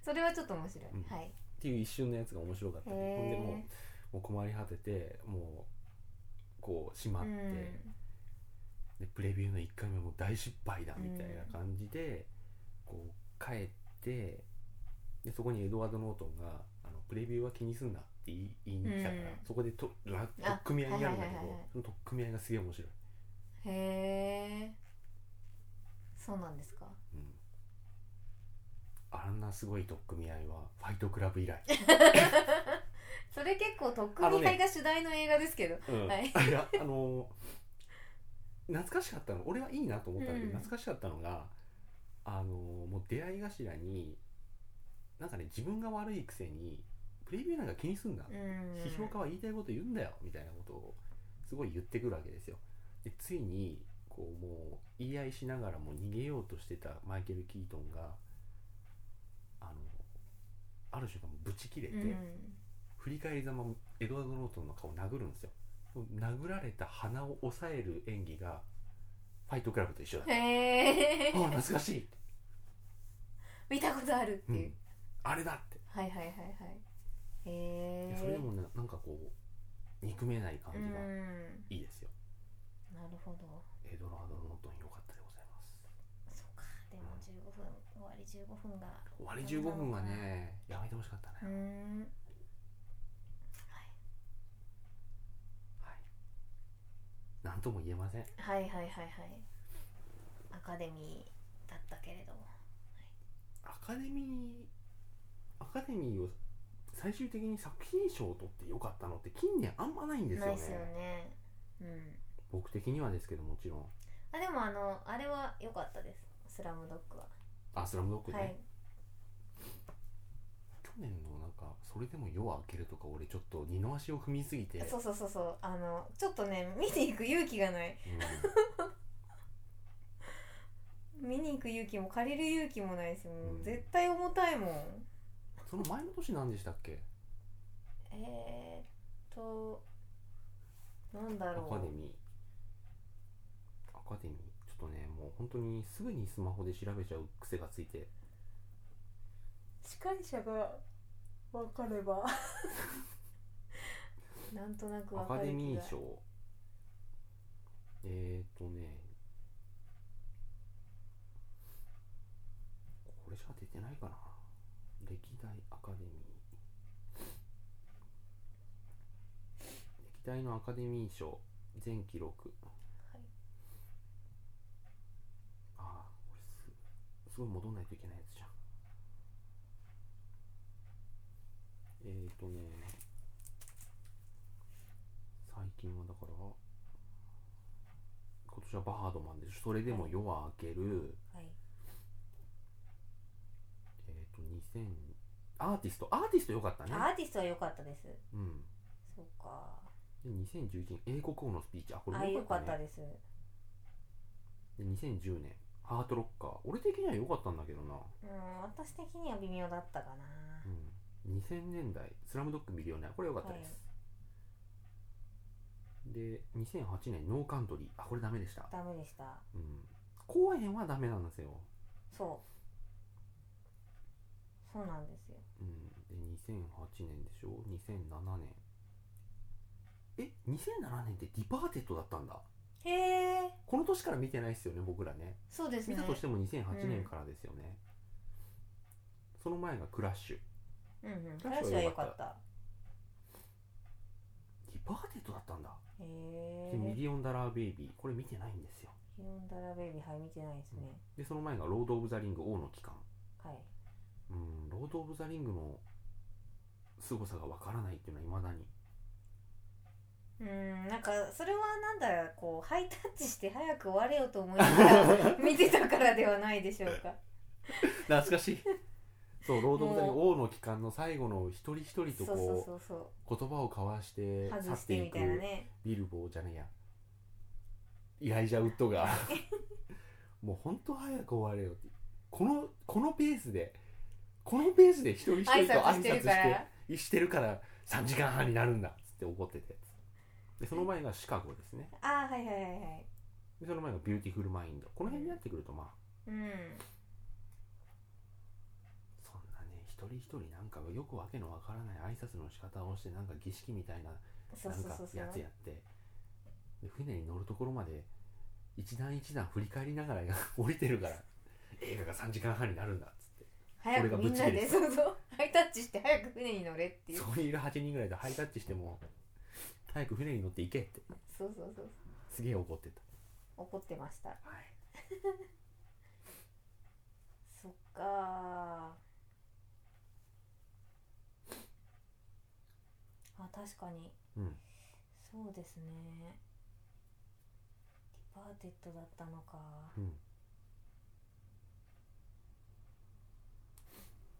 [SPEAKER 2] それはちょっと面白い、
[SPEAKER 1] うん
[SPEAKER 2] はい
[SPEAKER 1] ていう一瞬のやつが面白かった、
[SPEAKER 2] へ
[SPEAKER 1] ね、ほんでもう
[SPEAKER 2] え
[SPEAKER 1] もう困り果ててもうこう閉ま
[SPEAKER 2] う
[SPEAKER 1] って、
[SPEAKER 2] ん
[SPEAKER 1] でプレビューの1回目も大失敗だみたいな感じで、こう帰ってでそこにエドワード・ノートンがあの「プレビューは気にすんな」って言い言いに来たから、
[SPEAKER 2] うん
[SPEAKER 1] そこでとら取っ組み合いになるんだけど、
[SPEAKER 2] はいはいはいはい
[SPEAKER 1] その取っ組み合いがすげえ面白い。
[SPEAKER 2] へえそうなんですか
[SPEAKER 1] うんあんなすごい取っ組み合いはファイトクラブ以来、
[SPEAKER 2] それ結構特組み合いが主題の映画ですけど、
[SPEAKER 1] うん
[SPEAKER 2] は い
[SPEAKER 1] いやあの懐かしかったの俺はいいなと思ったんだけど、
[SPEAKER 2] うん
[SPEAKER 1] 懐かしかったのがあのもう出会い頭になんかね自分が悪いくせにプレビューなんか気にすんな、
[SPEAKER 2] うん
[SPEAKER 1] 批評家は言いたいこと言うんだよみたいなことをすごい言ってくるわけですよでついにこうもう言い合いしながらも逃げようとしてたマイケル・キートンがあのある瞬間もうぶち切れて、
[SPEAKER 2] うん
[SPEAKER 1] 振り返りざまエドワード・ノートンの顔を殴るんですよ殴られた鼻を押さえる演技がファイトクラブと一緒だった
[SPEAKER 2] へえ
[SPEAKER 1] ああ懐かしい、
[SPEAKER 2] 見たことあるって
[SPEAKER 1] う
[SPEAKER 2] いう、
[SPEAKER 1] ん、あれだって、
[SPEAKER 2] はいはいはいはいへ
[SPEAKER 1] い
[SPEAKER 2] え
[SPEAKER 1] やそれでもねなんかこう憎めない感
[SPEAKER 2] う
[SPEAKER 1] じ
[SPEAKER 2] ん
[SPEAKER 1] がいいですよ、
[SPEAKER 2] なるほど
[SPEAKER 1] エドワード・ノートン良かったでございます
[SPEAKER 2] そうかでも15分終わり15分が
[SPEAKER 1] 終わり15分はねやめてほしかった
[SPEAKER 2] うー
[SPEAKER 1] ね、
[SPEAKER 2] ん
[SPEAKER 1] はいなんとも言えません
[SPEAKER 2] はいはいはいはいはいアカデミーだったけれども
[SPEAKER 1] アカデミーアカデミーを最終的に作品賞を取って良かったのって近年あんまないんです
[SPEAKER 2] ない
[SPEAKER 1] よ
[SPEAKER 2] っすよ
[SPEAKER 1] ね
[SPEAKER 2] ねうん
[SPEAKER 1] 僕的にはですけどもちろん
[SPEAKER 2] あでもあのあれは良かったですスラムドッグは、
[SPEAKER 1] あスラムドッグね、
[SPEAKER 2] はい
[SPEAKER 1] 去年のなんかそれでも夜は明けるとか俺ちょっと二の足を踏みすぎて、
[SPEAKER 2] そうそうそうそうあのちょっとね見に行く勇気がない
[SPEAKER 1] うん
[SPEAKER 2] 見に行く勇気も借りる勇気もないですよ、
[SPEAKER 1] うん
[SPEAKER 2] 絶対重たいもん
[SPEAKER 1] その前の年何でしたっけ
[SPEAKER 2] えー、っとなんだ
[SPEAKER 1] アカ
[SPEAKER 2] ろ
[SPEAKER 1] デミーアカデミーちょっとねもう本当にすぐにスマホで調べちゃう癖がついて
[SPEAKER 2] う司会者が分かれ ばなんとなく
[SPEAKER 1] ア
[SPEAKER 2] 分か
[SPEAKER 1] カ
[SPEAKER 2] る
[SPEAKER 1] デ
[SPEAKER 2] 気
[SPEAKER 1] ミ
[SPEAKER 2] が
[SPEAKER 1] ー賞えー、とねこれしか出てないかな歴代アカデミー歴代のアカデミー賞全記録
[SPEAKER 2] はい
[SPEAKER 1] ああこれすすごい戻んないといけないやつじゃんえっ、ー、とね最近はだから今年はバードマンでそれでも夜は明ける、
[SPEAKER 2] はい
[SPEAKER 1] えっ、と2000アーティストアーティスト良かったね
[SPEAKER 2] アーティストは良かったです
[SPEAKER 1] うん
[SPEAKER 2] そうか
[SPEAKER 1] で2011年英国王のスピーチあこ
[SPEAKER 2] あ
[SPEAKER 1] れ
[SPEAKER 2] 良
[SPEAKER 1] 良
[SPEAKER 2] か
[SPEAKER 1] か
[SPEAKER 2] っ
[SPEAKER 1] った
[SPEAKER 2] た
[SPEAKER 1] ね
[SPEAKER 2] です
[SPEAKER 1] で2010年ハートロッカー俺的には良かったんだけどな
[SPEAKER 2] うん私的には微妙だったかな
[SPEAKER 1] うん、2000年代「スラムドッグミリオネア」これ良かったです、で2008年「ノーカントリー」あこれダメでした、
[SPEAKER 2] ダメでした
[SPEAKER 1] うん、公演はダメなんですよ、
[SPEAKER 2] そうそうなんですよ
[SPEAKER 1] うん、で2008年でしょ2007年え2007年ってディパーテッドだったんだ
[SPEAKER 2] へえ
[SPEAKER 1] この年から見てないですよね僕らね
[SPEAKER 2] そうです
[SPEAKER 1] 見
[SPEAKER 2] ね
[SPEAKER 1] たとしても2008年からですよね、その前がクラッシュ
[SPEAKER 2] うんうん
[SPEAKER 1] ク
[SPEAKER 2] ク
[SPEAKER 1] ラ
[SPEAKER 2] ラ
[SPEAKER 1] ッ
[SPEAKER 2] ッ
[SPEAKER 1] シ
[SPEAKER 2] シ
[SPEAKER 1] ュは良
[SPEAKER 2] ュは良
[SPEAKER 1] か
[SPEAKER 2] か
[SPEAKER 1] っ
[SPEAKER 2] ったた
[SPEAKER 1] ディパーテッドだったんだ、
[SPEAKER 2] へ
[SPEAKER 1] でミ
[SPEAKER 2] え
[SPEAKER 1] リオンダラーベイビーこれ見てないんですよ
[SPEAKER 2] ヒロンダラベイビーはい見てないですね、
[SPEAKER 1] でその前がロード・オブ・ザ・リング王の帰還
[SPEAKER 2] はい
[SPEAKER 1] うん、ロード・オブ・ザ・リングの凄さがわからないっていうのはいまだに、
[SPEAKER 2] うんなんかそれはなんだこうハイタッチして早く終われよと思いな が ら見てたからではないでしょうか
[SPEAKER 1] 懐かしいそうロード・オブ・ザ・リング王の帰還の最後の一人一人と
[SPEAKER 2] そうそう
[SPEAKER 1] こ
[SPEAKER 2] そうそう
[SPEAKER 1] 言葉を交わして
[SPEAKER 2] う
[SPEAKER 1] 去
[SPEAKER 2] 外
[SPEAKER 1] っ
[SPEAKER 2] してて
[SPEAKER 1] い
[SPEAKER 2] み
[SPEAKER 1] く
[SPEAKER 2] たいなね
[SPEAKER 1] ビルボーじゃねえやイライジャ・ウッド がもう本当早く終われよってこのこのペースでこのペースで一人一人
[SPEAKER 2] 挨
[SPEAKER 1] と挨
[SPEAKER 2] 拶して
[SPEAKER 1] 拶
[SPEAKER 2] る
[SPEAKER 1] し
[SPEAKER 2] か
[SPEAKER 1] て
[SPEAKER 2] ら
[SPEAKER 1] してるから3時間半になるんだっつって怒っててでその前がシカゴですね
[SPEAKER 2] ああはいはいはいはい
[SPEAKER 1] でその前がビューティフルマインドこの辺になってくるとまあ
[SPEAKER 2] うん
[SPEAKER 1] そんなね一人一人なんかよくわけのわからない挨拶の仕方をしてなんか儀式みたいな
[SPEAKER 2] そう
[SPEAKER 1] なん
[SPEAKER 2] そう
[SPEAKER 1] か
[SPEAKER 2] そうそう
[SPEAKER 1] やつやってで船に乗るところまで一段一段振り返りながら 降りてるから映画が3時間半になるんだっつっ
[SPEAKER 2] 早くみんな
[SPEAKER 1] 俺がぶっ
[SPEAKER 2] で
[SPEAKER 1] ち
[SPEAKER 2] そうそうハイタッチして早く船に乗れって
[SPEAKER 1] て
[SPEAKER 2] いう
[SPEAKER 1] そこにいる8人ぐらいでハイタッチしても早く船に乗って行けって
[SPEAKER 2] そうそうそう
[SPEAKER 1] すげえ怒ってた、
[SPEAKER 2] 怒ってました
[SPEAKER 1] はい、
[SPEAKER 2] そっかーあ確かに
[SPEAKER 1] うん
[SPEAKER 2] そうですねディパーテッドだったのか
[SPEAKER 1] うん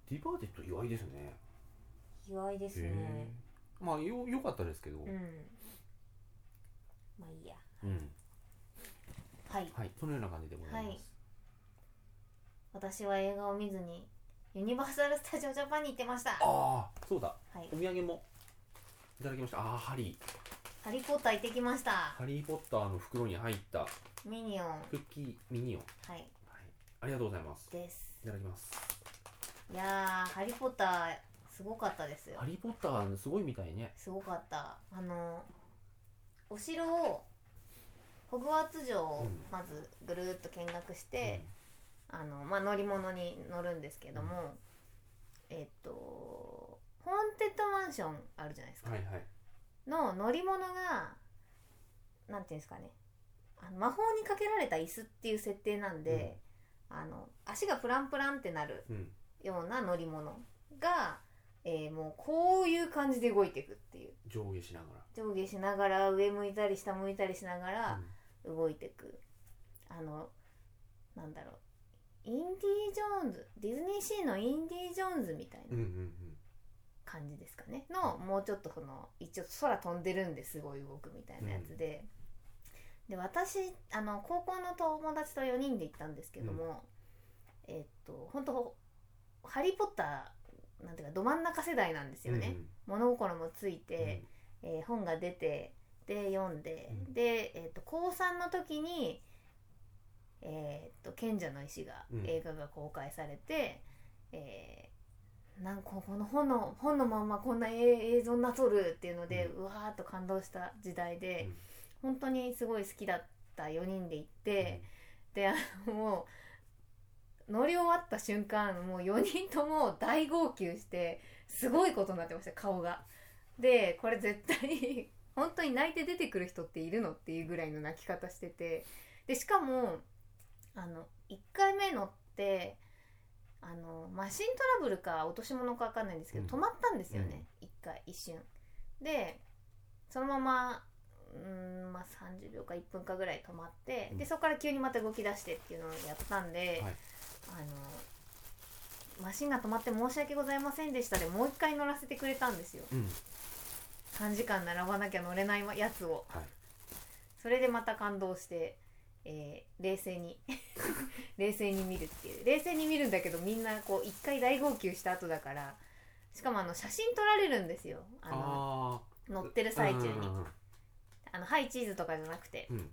[SPEAKER 1] ディバーテット意外ですね
[SPEAKER 2] 意外ですね
[SPEAKER 1] まあよよかったですけど、
[SPEAKER 2] うんまあいいや
[SPEAKER 1] うん
[SPEAKER 2] はい
[SPEAKER 1] はいそのような感じでございます、
[SPEAKER 2] 私は映画を見ずにユニバーサル・スタジオ・ジャパンに行ってましたは
[SPEAKER 1] ああそうだ
[SPEAKER 2] い
[SPEAKER 1] お土産もいただきましたああハリー
[SPEAKER 2] 「ハリー・ポッター」行ってきました
[SPEAKER 1] ハリー・ポッターの袋に入った
[SPEAKER 2] ミニオン
[SPEAKER 1] クッキーミニオン、
[SPEAKER 2] は
[SPEAKER 1] は
[SPEAKER 2] い
[SPEAKER 1] い、ありがとうございます
[SPEAKER 2] です
[SPEAKER 1] いただきます
[SPEAKER 2] いやー「ハリー・ポッター」すごかったですよ
[SPEAKER 1] ハリー・ポッターすごいみたいね
[SPEAKER 2] すごかったあのお城をホグワーツ城
[SPEAKER 1] う
[SPEAKER 2] を
[SPEAKER 1] ん
[SPEAKER 2] まずぐるーっと見学して、あのまあ、乗り物に乗るんですけども、えっとホーンテッドマンションあるじゃないです
[SPEAKER 1] う
[SPEAKER 2] か、
[SPEAKER 1] んはいはい
[SPEAKER 2] の乗り物がなんていうんですかねあの魔法にかけられた椅子っていう設定なんで、あの足がプランプランってなる
[SPEAKER 1] うん
[SPEAKER 2] ような乗り物が、えーもうこういう感じで動いていくっていう。
[SPEAKER 1] 上下しなが
[SPEAKER 2] 上下しながら上向いたり下向いたりしなが
[SPEAKER 1] ら、
[SPEAKER 2] ら
[SPEAKER 1] うん
[SPEAKER 2] 動いてく、あのなんだろうインディ・ジョーンズディズニーシーのインディ・ジョーンズみたい
[SPEAKER 1] うんうん
[SPEAKER 2] な
[SPEAKER 1] うん
[SPEAKER 2] 感じですかね、のもうちょっとその一応空飛んでるんですごい動くみたいなやつで、で私あの高校の友達と4人で行ったんですけども、えっと本当ハリー・ポッター」なんていうかど真ん中世代なんですよね、物心もついて、
[SPEAKER 1] うんうん
[SPEAKER 2] えー本が出てで読んで、
[SPEAKER 1] うん
[SPEAKER 2] で、えー、と高3の時に「えー、と賢者の石が」
[SPEAKER 1] うん
[SPEAKER 2] 映画が公開されて、えーなんかこの本の本のまんまこんな映映像になっとるっていうので、うわーっと感動した時代で、
[SPEAKER 1] うん
[SPEAKER 2] 本当にすごい好きだった4人で行
[SPEAKER 1] う
[SPEAKER 2] っ
[SPEAKER 1] ん
[SPEAKER 2] て、であのもう乗り終わった瞬間もう4人とも大号泣してすごいことになってました顔が。でこれ絶対 本当に泣いて出てくる人っているのっていうぐらいの泣き方しててでしかもあの1回目乗ってあのマシントラブルか落とし物か分かんないんですけど、
[SPEAKER 1] うん
[SPEAKER 2] 止まったんですよね、1回一瞬。でそのままうーんまあ30秒か1分かぐらい止まって、
[SPEAKER 1] うん
[SPEAKER 2] でそこから急にまた動き出してっていうのをやったんで、
[SPEAKER 1] はい
[SPEAKER 2] あのマシンが止まって申し訳ございませんでしたでもう一回乗らせてくれたんですよ
[SPEAKER 1] うん
[SPEAKER 2] 3時間並ばなきゃ乗れないやつを
[SPEAKER 1] はい
[SPEAKER 2] それでまた感動して、えー冷静に 冷静に見るっていう冷静に見るんだけどみんなこう一回大号泣した後だからしかもあの写真撮られるんですよあの
[SPEAKER 1] あ
[SPEAKER 2] 乗ってる最中に
[SPEAKER 1] うんうん
[SPEAKER 2] あのハイチーズとかじゃなくて
[SPEAKER 1] うんうん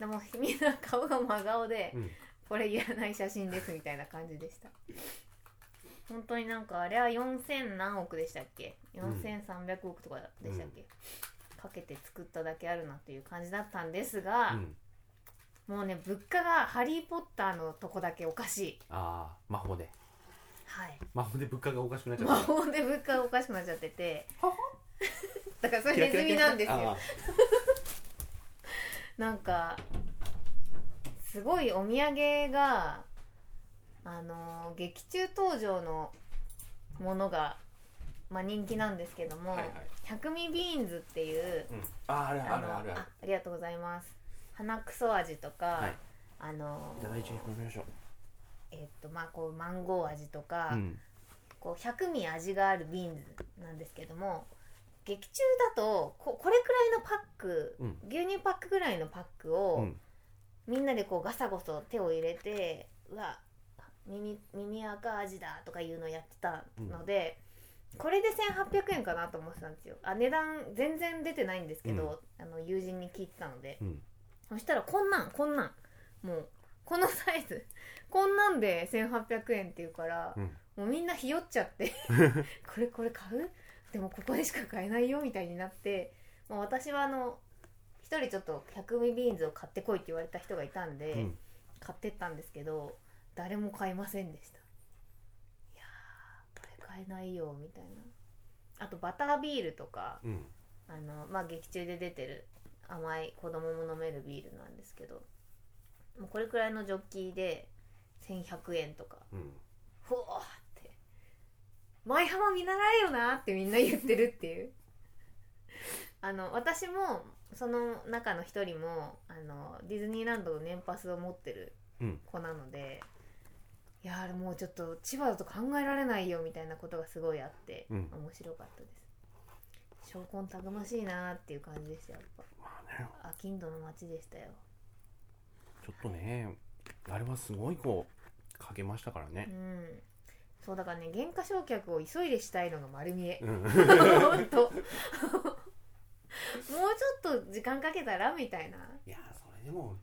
[SPEAKER 2] でもみんな顔が真顔で、
[SPEAKER 1] うん
[SPEAKER 2] これいらない写真ですみたいな感じでした本当になんかあれは4000何億でしたっけ
[SPEAKER 1] ん
[SPEAKER 2] 4300億とかでしたっけ、かけて作っただけあるなという感じだったんですが、
[SPEAKER 1] うん
[SPEAKER 2] もうね物価が「ハリー・ポッター」のとこだけおかしい
[SPEAKER 1] ああ魔法で
[SPEAKER 2] はい
[SPEAKER 1] 魔法で物価がおかしくなっちゃった
[SPEAKER 2] 魔法で物価がおかしくなっちゃってて
[SPEAKER 1] はは
[SPEAKER 2] だからそれネズミなんですよなんかすごいお土産があのー劇中登場のものが、まあ、人気なんですけども、
[SPEAKER 1] はいはい
[SPEAKER 2] 百味ビーンズっていう
[SPEAKER 1] うんあーあるあるあるある
[SPEAKER 2] あありがとうございます花くそ味とか、
[SPEAKER 1] はい
[SPEAKER 2] あのー
[SPEAKER 1] いただいちゃいましょう
[SPEAKER 2] えっとまあこうマンゴー味とか、
[SPEAKER 1] うん
[SPEAKER 2] こう100味味があるビーンズなんですけども劇中だとここれくらいのパック、
[SPEAKER 1] うん
[SPEAKER 2] 牛乳パックぐらいのパックを、
[SPEAKER 1] うん
[SPEAKER 2] みんなでこうガサゴソ手を入れて「うわ耳耳赤味だ」とかいうのをやってたので、これで1800円かなと思ってたんですよあ値段全然出てないんですけど、あの友人に聞いてたので
[SPEAKER 1] うん
[SPEAKER 2] そしたらこんなんこんなんもうこのサイズこんなんで1800円っていうから、
[SPEAKER 1] うん
[SPEAKER 2] もうみんなひよっちゃって これこれ買うでもここでしか買えないよみたいになって、まあ、私はあの一人ちょっと100ミビーンズを買ってこいって言われた人がいたんで、
[SPEAKER 1] うん
[SPEAKER 2] 買ってったんですけど誰も買いませんでしたいやーこれ買えないよみたいなあとバタービールとか
[SPEAKER 1] うん
[SPEAKER 2] あの、まあ、劇中で出てる甘い子供も飲めるビールなんですけどもうこれくらいのジョッキーで1100円とか
[SPEAKER 1] うん
[SPEAKER 2] ふおーって舞浜見習えよなってみんな言ってるっていう あの私もその中の一人もあのディズニーランドの年パスを持ってる
[SPEAKER 1] うん
[SPEAKER 2] 子なので、いやあれもうちょっと千葉だと考えられないよみたいなことがすごいあって、
[SPEAKER 1] うん
[SPEAKER 2] 面白かったです証拠たくましいなっていう感じでしたやっぱ
[SPEAKER 1] まあね
[SPEAKER 2] あ金土の街でしたよ、
[SPEAKER 1] ちょっとねあれはすごいこうかけましたから
[SPEAKER 2] う
[SPEAKER 1] ね
[SPEAKER 2] んそうだからね減価償却を急いでしたいのが丸見え
[SPEAKER 1] うん
[SPEAKER 2] 本当もうちょっと時間かけたらみたいない
[SPEAKER 1] やーそれでも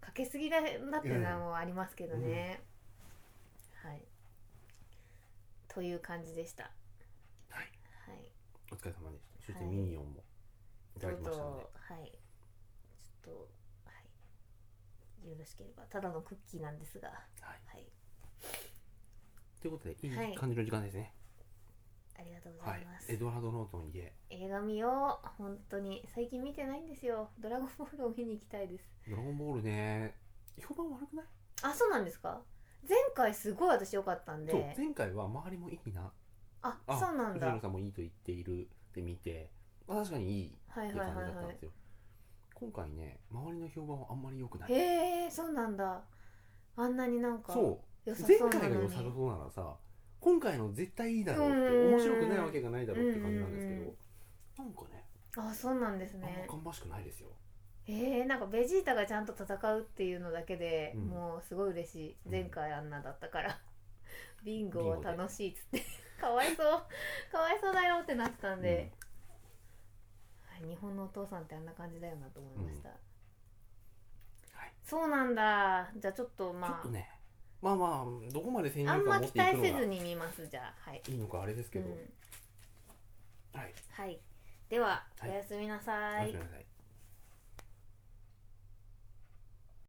[SPEAKER 2] かけすぎだなっていうのは
[SPEAKER 1] うん
[SPEAKER 2] もうありますけどね、はいという感じでした
[SPEAKER 1] はい
[SPEAKER 2] はい
[SPEAKER 1] お疲れ様でしたそして
[SPEAKER 2] はい
[SPEAKER 1] ミニオンもいた
[SPEAKER 2] と
[SPEAKER 1] だ
[SPEAKER 2] う
[SPEAKER 1] き
[SPEAKER 2] と
[SPEAKER 1] ま
[SPEAKER 2] う
[SPEAKER 1] したので
[SPEAKER 2] はいちょっとはいよろしければただのクッキーなんですが
[SPEAKER 1] はい
[SPEAKER 2] はい
[SPEAKER 1] ということでい
[SPEAKER 2] はいい
[SPEAKER 1] 感じの時間ですね
[SPEAKER 2] ありがとうご
[SPEAKER 1] は
[SPEAKER 2] ざ
[SPEAKER 1] い
[SPEAKER 2] います、
[SPEAKER 1] エドワード・ノートン家
[SPEAKER 2] 映画見よう本当に最近見てないんですよドラゴンボールを見に行きたいです
[SPEAKER 1] ドラゴンボールね評判悪くない
[SPEAKER 2] あそうなんですか前回すごい私良かったんで
[SPEAKER 1] そう前回は周りもいいな
[SPEAKER 2] あ
[SPEAKER 1] あ
[SPEAKER 2] そうなんだ
[SPEAKER 1] 藤野さんもいいと言っているで見てあ確かにいい
[SPEAKER 2] はい
[SPEAKER 1] っ
[SPEAKER 2] はい
[SPEAKER 1] て
[SPEAKER 2] は
[SPEAKER 1] 感
[SPEAKER 2] い
[SPEAKER 1] じだったん
[SPEAKER 2] は
[SPEAKER 1] ですよ、今回ね周りの評判はあんまり良くない
[SPEAKER 2] いへえそうなんだあんなになんか
[SPEAKER 1] そう
[SPEAKER 2] 良さ
[SPEAKER 1] 前
[SPEAKER 2] そうな
[SPEAKER 1] 回の
[SPEAKER 2] の
[SPEAKER 1] 良
[SPEAKER 2] に
[SPEAKER 1] さそうならさ今回の絶対いいだろうって
[SPEAKER 2] うん
[SPEAKER 1] 面白くないわけがないだろうって感じなんですけど
[SPEAKER 2] うん
[SPEAKER 1] なんかね
[SPEAKER 2] あそうなんです
[SPEAKER 1] あんま
[SPEAKER 2] ね
[SPEAKER 1] 芳しくないですよ
[SPEAKER 2] へえなんかベジータがちゃんと戦うっていうのだけで、
[SPEAKER 1] うん
[SPEAKER 2] もうすごい嬉しい
[SPEAKER 1] うん
[SPEAKER 2] 前回あんなだったから、 ビ
[SPEAKER 1] ビン
[SPEAKER 2] ンゴ
[SPEAKER 1] ゴ
[SPEAKER 2] を
[SPEAKER 1] で
[SPEAKER 2] 楽しいっつって かわいそうかわいそうだよってなってたんで、はい日本のお父さんってあんな感じだよなと思いました、
[SPEAKER 1] はい
[SPEAKER 2] そうなんだじゃあちょっと
[SPEAKER 1] ちょ
[SPEAKER 2] ま
[SPEAKER 1] っ
[SPEAKER 2] あ
[SPEAKER 1] とねまあまあどこまで先入
[SPEAKER 2] あ
[SPEAKER 1] 観
[SPEAKER 2] ん
[SPEAKER 1] を
[SPEAKER 2] ま
[SPEAKER 1] 持っ
[SPEAKER 2] 期
[SPEAKER 1] ていく
[SPEAKER 2] 待せ
[SPEAKER 1] の
[SPEAKER 2] ず
[SPEAKER 1] が
[SPEAKER 2] に見ますじゃあはい、
[SPEAKER 1] いいのかあれです
[SPEAKER 2] う
[SPEAKER 1] けど、
[SPEAKER 2] ん、
[SPEAKER 1] はい
[SPEAKER 2] はいでは、
[SPEAKER 1] はい
[SPEAKER 2] おやすみな
[SPEAKER 1] おや
[SPEAKER 2] さ
[SPEAKER 1] す
[SPEAKER 2] い
[SPEAKER 1] みなさい